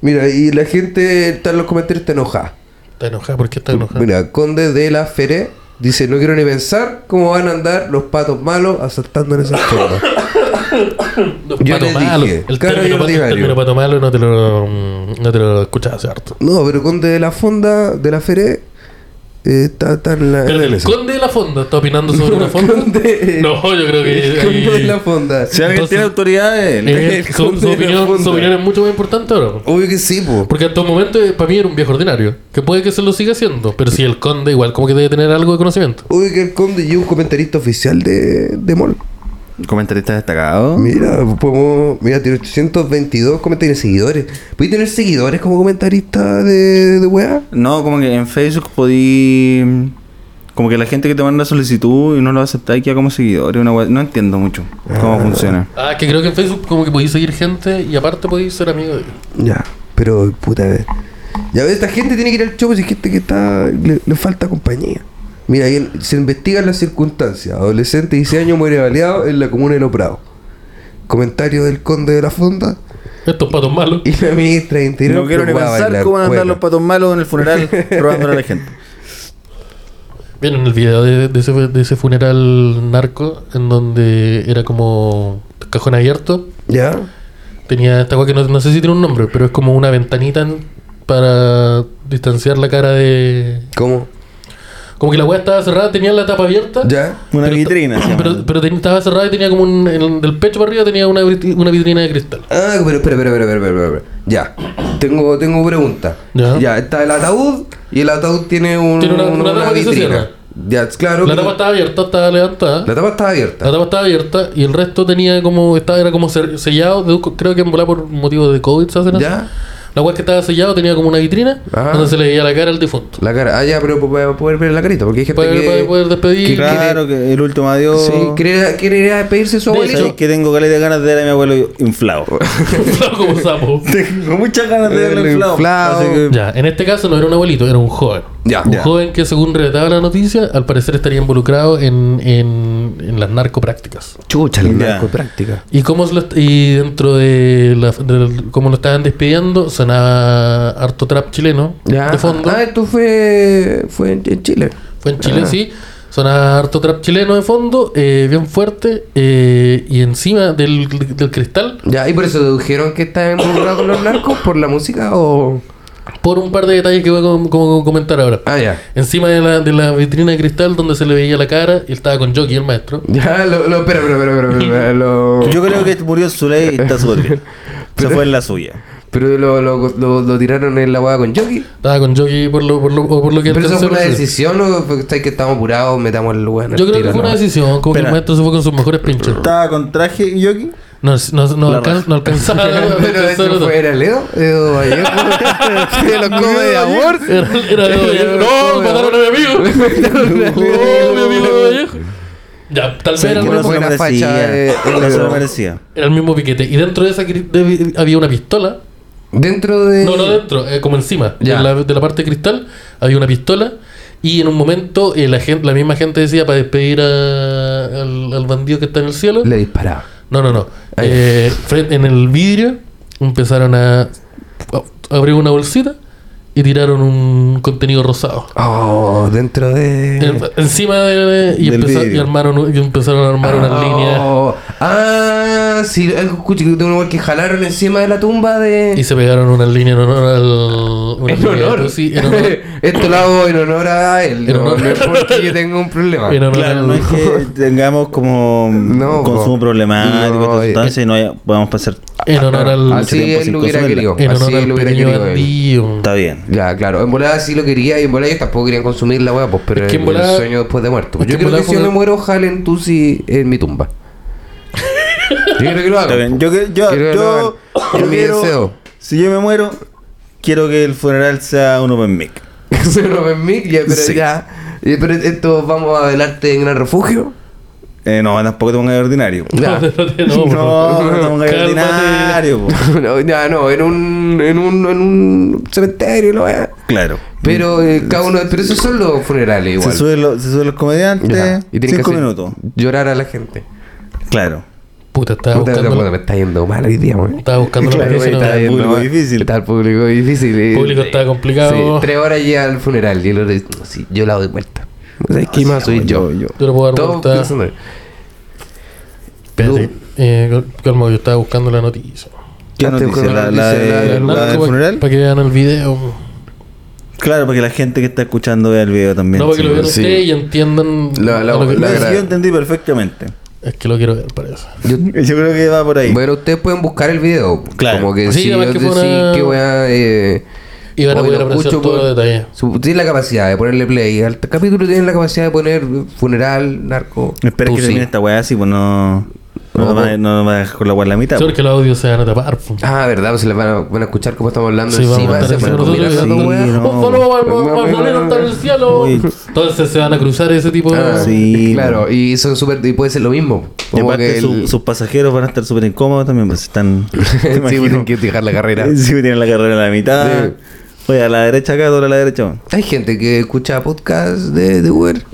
Mira, y la gente está en los comentarios está enojada.
Está enojada, ¿por qué está enojada?
Mira, Conde de la Feré dice: No quiero ni pensar cómo van a andar los patos malos asaltando en esas fondas. yo
Pato
le
malo.
dije,
el
cara de
término, el
ordinario.
término pato malo no te lo, no te lo escuchaba hace harto.
No, pero Conde de la Fonda, de la Feré, eh, está, está en la
Pero el
RNS.
conde de la fonda, ¿está opinando sobre una
El
fonda?
conde-
No, yo creo que.
El conde
ahí-
de la fonda.
Si alguien
Entonces-
tiene autoridad, él.
eh,
el
su,
conde
su
de la
opinión,
fonda.
su opinión es mucho más importante ahora. po.
Obvio que sí, po.
Porque hasta un momento eh, para mí era un viejo ordinario. Que puede que se lo siga haciendo. Pero si el conde, igual, como que debe tener algo de conocimiento.
Obvio que el conde y un comentarista oficial de, de Mol.
Comentarista destacado.
Mira, podemos. Mira, tiene 822 comentarios seguidores. ¿Puedes tener seguidores como comentarista de, de weá?
No, como que en Facebook podí. Como que la gente que te manda solicitud y no lo acepta y queda como seguidor. Una wea- No entiendo mucho cómo funciona.
Ah, que creo que en Facebook, como que podéis seguir gente y aparte podéis ser amigo de ellos.
Ya, pero puta. eh. Ya ves, esta gente tiene que ir al show pues, si es gente que está. Le, le falta compañía. Mira, ahí en- se investigan las circunstancias. Adolescente de 16 años muere baleado en la comuna de Lo Prado. Comentario del conde de la fonda.
Estos patos malos.
Y la ministra de Interior.
No quiero ni
preocupada
pensar
bailar
cómo van a andar
cueca.
los patos malos en el funeral robándole a la gente.
Vieron el video de, de ese, de ese funeral narco en donde era como cajón abierto.
Ya.
Tenía esta agua que no, no sé si tiene un nombre, pero es como una ventanita en- para distanciar la cara de.
¿Cómo?
Como que la weá estaba cerrada, tenía la tapa abierta.
Ya.
Una
Pero-
vitrina. se llama.
Pero, pero ten- estaba cerrada y tenía como un. en- del pecho para arriba tenía una, vit- una vitrina de cristal.
Ah, pero espera, espera, espera, espera, espera, espera. Ya. Tengo, tengo pregunta.
Ya.
Ya. está el ataúd y el ataúd tiene un.
Tiene una- una tapa que se cierra.
Ya, es claro.
La
que-
tapa estaba abierta, estaba levantada.
la tapa está abierta.
La tapa estaba abierta y el resto tenía como. Estaba, era como ser- sellado. deduzco- creo que en volar por motivo de COVID se hacen así.
Ya.
La weá que estaba sellado tenía como una vitrina
Ajá.
donde se le veía la cara al defunto.
La cara. Ah, ya, pero para poder ver la carita, porque hay gente
Para
que.
para poder despedir.
que-
claro, que el último adiós.
Sí, quiere, quiere ir a despedirse de su
De
abuelito.
hecho-
¿Sabes que tengo caleta de ganas de ver a mi abuelo inflado.
Claro, como sapo.
tengo muchas ganas de verlo
Verlo
inflado.
inflado.
Así que-
Ya, en este caso no era un abuelito, era un joven.
Ya.
Un
Ya.
joven que, según relataba la noticia, al parecer estaría involucrado en, en, en las narcoprácticas.
Chucha, el
Ya.
narco en práctica.
Y, cómo se lo, est- y dentro de, la, de cómo lo estaban despidiendo, sonaba harto trap chileno
Ya.
de fondo.
Ah, esto fue. fue en, en Chile.
Fue en Chile,
Ah.
sí. Sonaba harto trap chileno de fondo, eh, bien fuerte. eh, y encima del, del cristal,
Ya, y por eso dedujeron que está involucrado con los narcos por la música o.
por un par de detalles que voy a com- com- comentar ahora.
Ah, ya.
Encima de la, de la vitrina de cristal donde se le veía la cara, y estaba con Jockey, el maestro.
Ya, lo, lo, espera, espera, espera, espera, espera, lo-
Yo creo que murió en su ley y está súper bien. Se fue en la suya.
Pero lo, lo, lo, lo tiraron en la hueá con Yogi.
Estaba con Jockey por lo, por lo, o por lo que
Pero eso
alcancé
fue una
a percibir.
decisión o fue que estáis que estamos apurados, metamos el hueá en el
Yo creo
tiro,
que fue
¿no?
una decisión, como que el
Espera.
maestro se fue con sus mejores pinches.
Estaba con traje y yogi.
No, no, no,
La
alcan-
raja.
no alcanzaba. Ah, no
Pero
alcanzaba
eso
nada.
fue, ¿era Leo? Edo Vallejo. ¿Se lo come de amor?
Era, era-
Era-
no,
era-
mataron a mi amigo. No, mi amigo de Vallejo. Ya, tal vez
Sí,
era el,
que
no
mismo,
se lo
buena facha,
merecía.
eh,
No se lo
eh,
merecía.
era el mismo piquete. Y dentro de esa cri- de- había una pistola.
Dentro de...
No, no dentro, eh, como encima.
Ya.
De, la, de la parte de cristal había una pistola. Y en un momento eh, la, gente, la misma gente decía para despedir a- al, al bandido que está en el cielo.
Le disparaba.
No, no, no.
Ahí.
Eh, frente- en el vidrio empezaron a, a abrir una bolsita y tiraron un contenido rosado.
Oh, dentro
En-
de...
encima de, y,
Del
empeza- y
vidrio.
armaron un- y empezaron a armar unas líneas
Oh. Ah, sí, algo escuché que de un lugar que jalaron encima de la tumba de...
y se pegaron unas líneas en honor al una
En
línea de
honor.
Lucy, en honor,
Esto lo hago este en honor a él.
En
no,
honor.
no es porque yo tenga un problema.
en honor
Claro,
al-
no es que tengamos como
No,
consumo
po.
problemático
No,
de sustancias y no haya- podamos pasar.
en honor al
Así
tiempo
él
sin
lo hubiera
consumirla.
querido.
en honor
Así
al
él lo hubiera
pequeño
querido. él.
bandido.
Está bien.
Ya, claro. En volada sí lo quería y en volada ellos tampoco querían consumir la hueá, pues, pero
Es que en
el-
volada-
el sueño después de muerto.
es que
Yo creo
en
que
volada
si yo
fue-
me muero, jalen tú sí en mi tumba. Yo creo que lo
Está bien.
hagan.
Yo, que- yo,
Quiero que lo hagan.
yo,
Es
yo
mi
quiero-
deseo.
Si yo me muero, quiero que el funeral sea un open mic.
Se lo ven mic, ya, pero
Sí.
ya. Eh, Pero esto vamos a velarte en gran refugio.
Eh, no, tampoco te pongas de ordinario.
Ya.
No,
No,
por favor.
no te pongas de
Cálmate.
ordinario. po.
No, ya no, en un, en un, en un cementerio, lo weá.
Claro.
Pero eh, cada uno, pero esos son los funerales
Se
igual.
suben, los, se suben los
Ya.
comediantes.
tienen que
cinco
hacer
minutos.
Llorar a la gente.
Claro.
Puta, estaba
Puta,
buscando,
puta, me está yendo mal hoy día, weón.
estaba buscando
Claro,
la
güey,
noticia,
está
no,
bien.
el
público
mal.
difícil.
Está el público difícil. eh.
público estaba
Sí,
complicado.
tres horas llega al funeral y el otro dice, "No, sí, yo la doy vuelta. O sea,
Ah,
¿Qué más soy yo?
Yo le puedo dar
Todos
vuelta.
pensando.
Espérate. Eh, cal- calma, yo estaba buscando la noticia.
¿Qué
Ah, te
noticia?
busco la
¿La, la
noticia, la
de-
del
la del
para
funeral?
que vean el video.
Claro, para que la gente que está escuchando vea el video también.
No, para que lo vean
sí.
ustedes y entiendan
La- la-
a lo que-
la-
Lo-
gra-
yo entendí perfectamente.
Es que lo quiero ver, parece.
Yo-
Yo creo que va por ahí.
bueno, ustedes pueden buscar el video.
Claro.
Como que
Sí,
si
además
yo
que
decís
fue una-
que voy a... Eh,
Y van a
hoy
poder
lo
apreciar
escucho
todos
por-
los detalles.
su- Tienen la capacidad de ponerle play. Al capítulo tienen la capacidad de poner funeral, narco.
Espera que
tusi.
termine esta weá así, pues no.
No,
No, nos va,
pues.
no nos va a dejar con la weá en la mitad.
Seguro que los audios se van a tapar. po.
Ah, verdad, pues se las van a, van a escuchar como estamos hablando
Sí, vamos
encima.
a estar
se van
encima
a
nosotros
comer así.
mirando,
gritando,
sí,
weón.
no.
Gonzalo
Mamá,
Valero está en el cielo.
Uy.
Entonces se van a cruzar ese tipo de...
Ah,
Sí,
claro, y son súper. Y puede ser lo mismo.
Y
Como
aparte
que el-
su- sus pasajeros van a estar súper incómodos también, pues están.
sí, tienen que dejar la carrera.
Sí, pues, tienen la carrera en la mitad.
Sí.
Oye, a la derecha acá, doble a la derecha. weón.
Hay gente que escucha podcast de, de Uber,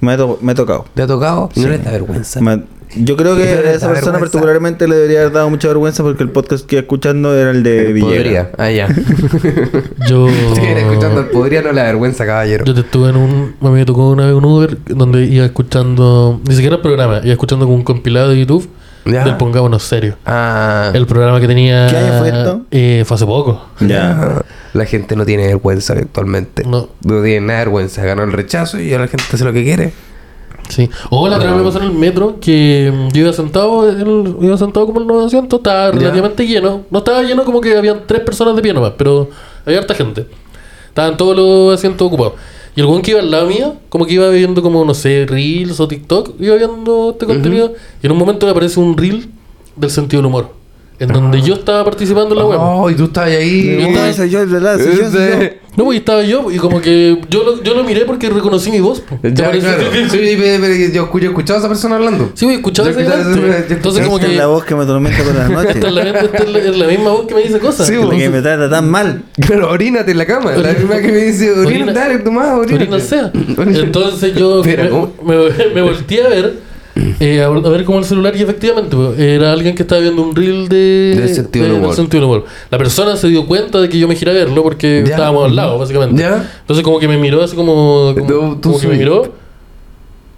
Me, ha to- me ha tocado.
te ha tocado y no les da vergüenza.
Me ha- yo creo que
Pero
a
les
esa
da
persona
vergüenza.
particularmente le debería haber dado mucha vergüenza porque el podcast que iba escuchando era el
Eh,
de
El
Villera.
podría, ah, ya.
Yo...
Siguen escuchando el podría, no la vergüenza, caballero.
Oh. Yo te estuve en un... A mí me tocó una vez un Uber donde iba escuchando... Ni siquiera el programa. Iba escuchando como un compilado de YouTube
Ya.
del Pongámonos Serio.
Ah,
El programa que tenía...
¿Qué año fue esto?
Eh, fue hace poco.
Ya.
la gente no tiene vergüenza actualmente.
No.
No tiene nada de vergüenza. Ganó el rechazo y ahora la gente hace lo que quiere.
Sí. O la
Ah.
otra vez me pasó en el metro que mm, yo iba sentado, en el- iba sentado como en el 900, estaba relativamente lleno. No estaba lleno como que habían tres personas de pie nomás, pero había harta gente. Estaban todos los asientos ocupados. Y el weón que iba al lado mío, como que iba viendo como, no sé, reels o TikTok, iba viendo este contenido. Y en un momento le aparece un reel del sentido del humor.
Ah.
En donde yo estaba participando en la web.
Oh, y tú estabas ahí.
Yo Este, estaba-
Soy yo, soy
Ah,
yo, soy yo, soy yo.
Ese-
No, pues estaba yo, y como que yo lo, yo lo miré porque reconocí mi voz. po. ¿Te
Ya,
parece?
claro. Sí, pero- pero yo escucho- he escuchado a esa persona hablando.
Sí, güey, escuchaba
Yo
ese
escuchaba
grito.
ese- yo
Entonces, como
Esta es
que.
la voz que me atormenta por las noches.
Esta es
la
la, esta es la- es la misma voz que me dice cosas.
Sí,
Orina-
güey.
que me trata tan mal.
Claro, orínate en la cama. La
Orina-
misma que me dice, orina,
orina-
dale, tomá, orina.
orina al sea. Entonces yo
Espera,
me,
¿cómo?
me- me volteé a ver, eh, a ver como el celular y efectivamente pues, era alguien que estaba viendo un reel de,
Del sentido del
del
humor.
sentido del humor. La persona se dio cuenta de que yo me giré a verlo porque
Ya.
estábamos al lado, básicamente.
Ya.
Entonces como que me miró así como,
Tú-
como,
tú
como que me
subiste.
miró.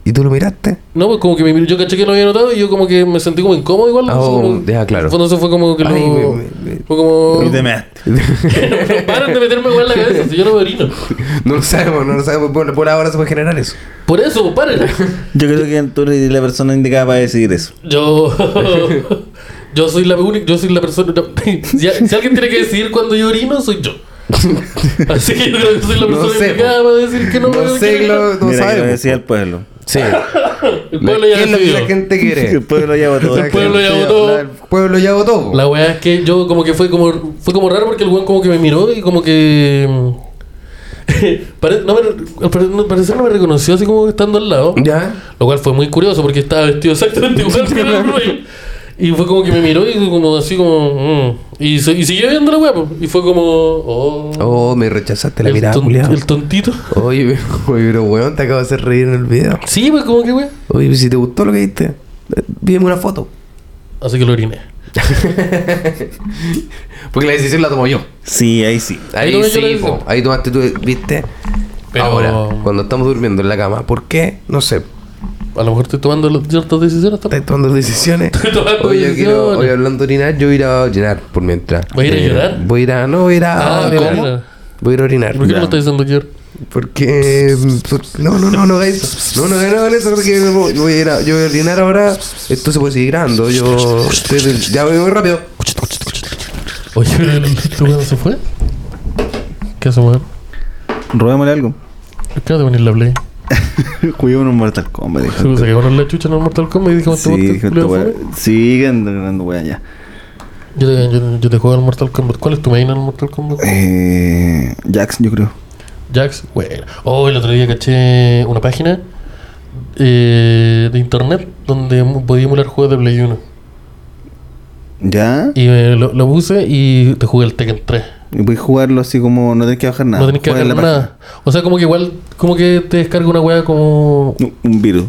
¿Y tú lo miraste?
No, pues como que me miró, yo caché que lo había notado y yo como que me sentí como incómodo igual.
Ah,
así
oh,
como-
ya, claro.
Entonces fue como que lo...
Ay, me- me- me-
Fue como...
Y te measte.
Pero Paren de meterme hueá en la cabeza, si yo no me orino.
No lo sabemos, no lo sabemos. Por, por ahora se puede generar eso.
Por eso, pues, paren.
Yo creo que tú eres la persona indicada para decidir eso.
Yo. Yo soy la única. Yo soy la persona. no, si, a- si alguien tiene que decidir cuando yo orino, soy yo. Así que yo creo que soy
No
la persona
sé,
indicada para decir que no
No,
me voy a
sé,
orinar.
lo, no
Mira, que lo
sabemos.
decía el pueblo.
Sí.
El
La-
pueblo ya
¿Qué es lo que
decidió.
la gente quiere?
El pueblo ya votó.
La
pueblo ya
gente-
votó.
la- El pueblo ya votó.
La weá es que yo como que fue como fue como raro porque el weón como que me miró y como que mm, pare- no me, al pare- no- al parecer no me reconoció así como estando al lado.
¿Ya?
Lo cual fue muy curioso porque estaba vestido exactamente igual que el Roy. Y fue como que me miró y como así como... mm. Y, se- y siguió viendo la weá, po. Y fue como... Oh,
Oh, me rechazaste la
el,
mirada,
ton-
culiado.
el tontito.
Oye, me- oye, pero weón, te acabo de hacer reír en el video.
Sí, pues como que weá.
Oye, pues, si te gustó lo que viste, eh, pídeme una foto.
Así que lo oriné.
Porque la decisión la tomo yo.
Sí, ahí sí.
Ahí
Ahí
tomé yo la
sí,
decisión.
po. ahí tomaste tú, ¿viste?
Pero-
Ahora, cuando estamos durmiendo en la cama, ¿por qué? No sé.
A lo mejor estoy tomando las- ciertas decisiones. también.
Estás tomando decisiones.
Estoy tomando
Oye, yo quiero,
decisiones.
hoy hablando de orinar, yo voy a ir a orinar por mientras.
¿Voy a ir a
Eh,
llorar?
Voy a ir a, no, voy a ir a.
Ah,
a orinar.
¿cómo?
Voy a ir a orinar.
¿Por qué no
Ya.
me estás diciendo que yo-
Porque. por- No, no, no, no hagáis. No, no hagáis nada con eso porque yo voy- voy a ir a, yo voy a orinar ahora. Esto se puede seguir grabando. Yo. estoy- Ya voy voy rápido.
Oye, pero el este weón se fue. ¿Qué hace, weón?
Robémosle algo.
¿Por qué no te pones la play?
Juguemos un Mortal Kombat.
Se
dijo.
puso que con la chucha en el Mortal Kombat y "Este dije,
Sí,
"Este
dijo esta wea. Siguen ganando wea ya.
Yo te, yo, yo te juego al Mortal Kombat. ¿Cuál es tu main en el Mortal Kombat?
Eh, Jax, yo creo.
Jax, bueno. Oh, el otro día caché una página eh, de internet donde mu- podía emular juegos de Play 1.
¿Ya?
Y eh, lo, lo puse y te jugué el Tekken 3.
Y voy a jugarlo así como no tenés que bajar nada.
no tenés que
Juega
hacer
en la
nada. O sea, como que igual, como que te descarga una weá como.
página. Un- Un virus.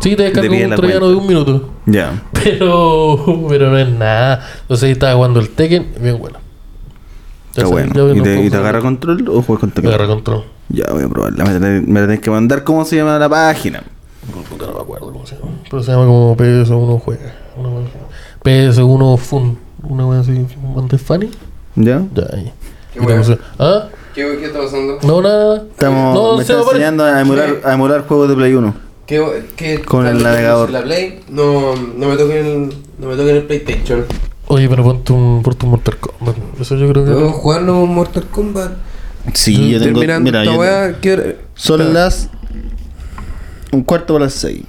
Sí, te descarga
pide
un
la
troyano
cuenta.
de un minuto.
Ya.
Pero. Pero no es nada. Entonces ahí estaba jugando el Tekken, bien bueno. Ya
Está
sé,
bueno.
ya no
¿Y te,
puedo
y te
jugar.
agarra control o juegas con
Me agarra
teclado?
control.
Ya, voy a probarla. Me la tenés- Me la tenés que mandar cómo se llama la página.
Puta, no me acuerdo cómo se llama. Pero se llama como PS1 Juega. una wea así. PS1 Fun. Una wea así. ¿Antes Funny?
¿Ya?
Ya, ahí.
Qué wea.
¿Ah?
¿Qué, qué está pasando?
No, nada.
Estamos,
no,
me
se
está
me parece.
enseñando a emular, a emular juegos de Play 1.
¿Qué, qué,
Con el
la-
navegador.
La Play, no, no me toquen el, no me toquen el PlayStation.
Oye, pero ponte un, ponte un Mortal Kombat. Eso yo creo que.
Podemos jugarlo con Mortal Kombat.
Mm,
Sí, yo tengo.
Terminando
Mira,
esta
yo-
weá, ¿qué hora?
son las. Un cuarto para las seis.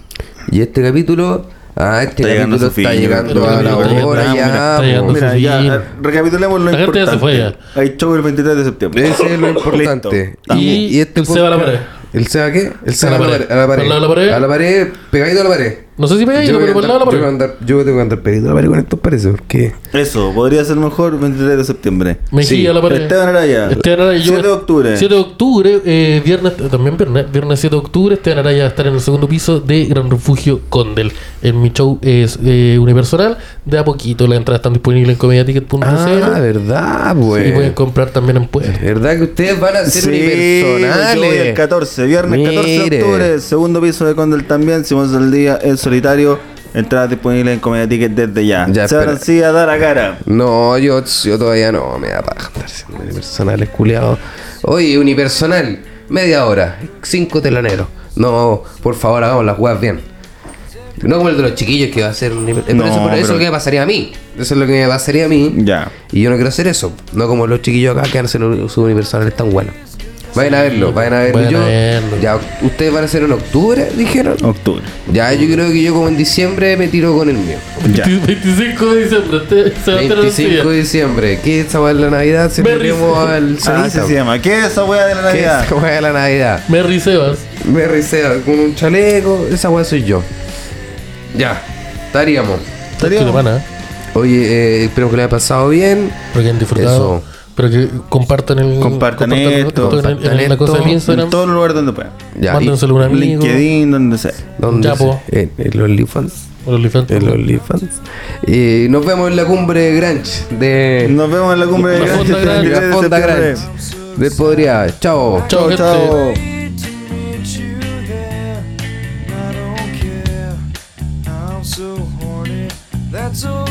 Y este capítulo. Ah, este
Está llegando
capítulo
a su
está
fin,
llegando
yo creo.
a la
Está llegando,
hora
está
ya. pues,
llegando.
po.
Mira,
pues, Mira,
sí.
ya, eh, recapitulemos
La
lo
gente
importante.
ya se
Hay show el 23 de septiembre.
Ese es lo importante. este
Listo.
Y- el Seba a la
podcast-
pared.
¿El Seba qué? El Seba
A la pared.
a la pared.
Al lado de la pared.
A la pared, pegadito a la pared.
No sé si me ha ido,
voy a
pero por el
andar-
lado de
yo voy a
la pared.
andar- Yo tengo que andar pegadito a la pared con estos paredes, porque.
Eso, podría ser mejor 23 de septiembre.
Mejía a la pared.
Esteban Araya.
Esteban Araya, yo-
7 de octubre.
7 de octubre, eh, viernes, también viernes, viernes 7 de octubre, Esteban Araya va a estar en el segundo piso de Gran Refugio Condel. En mi show es eh, unipersonal, de a poquito. Las entradas están disponibles en pues, comediaticket.cl
Ah, verdad,
y pueden
güey.
comprar también en Puebla.
¿Verdad que ustedes van a ser
Sí, yo voy el
unipersonales?
14, viernes 14 de
Mire.
octubre, segundo piso de Condel también, Simón del Día en solitario, entradas disponibles en Comedia Ticket desde ya.
Ya,
Se
espera.
sí a dar la cara.
No, yo, yo todavía no, me da paja andar siendo unipersonales, culiado. Oye, unipersonal, media hora, cinco teloneros. No, por favor, hagamos las weas bien. No como el de los chiquillos que va a ser unipersonal.
No,
eso, pero eso es lo
pero-
que me pasaría a mí. Eso es lo que me pasaría a mí.
Ya.
Y yo no quiero hacer eso. No como los chiquillos acá que hacen un- sus unipersonales tan buenos. Vayan a verlo, vayan a verlo.
Vayan
yo,
a verlo.
Ya, ustedes van a hacer en octubre, dijeron.
Octubre.
Ya, yo creo que yo como en diciembre me tiro con el mío.
Ya.
25 de diciembre, este- se va a estar en el
25 de
día.
diciembre, ¿qué es esa weá de la Navidad? Se
Berries.
ponemos
Ah,
al
Así
cenita.
se llama. ¿Qué es esa weá de la
¿Qué es
Navidad?
esa weá de la Navidad?
Merry Sebas.
Me risea con un chaleco, esa weá soy yo. Ya, estaríamos.
Esta semana, ¿eh?
Oye, eh, espero que lo haya pasado bien.
Espero que hayan disfrutado.
Eso.
Pero que compartan el.
Compartan esto,
en- en
compartan
la cosa
esto.
del
En
Instagram.
todo lugar donde pueda.
Ya,
Mándenselo a un amigo.
LinkedIn, donde sea.
¿dónde
Ya,
se-
po.
En el OnlyFans.
o los OnlyFans.
El OnlyFans. Eh, nos vemos en la cumbre Granch de
Nos vemos en la cumbre
La
de Grange,
Fonda
este
Grange.
23
la
de
Fonda
septiembre.
Granch. De Podría. Chao.
Chao,
Chao,
gente.
chao.
did you there? I don't care. I'm so horny. That's all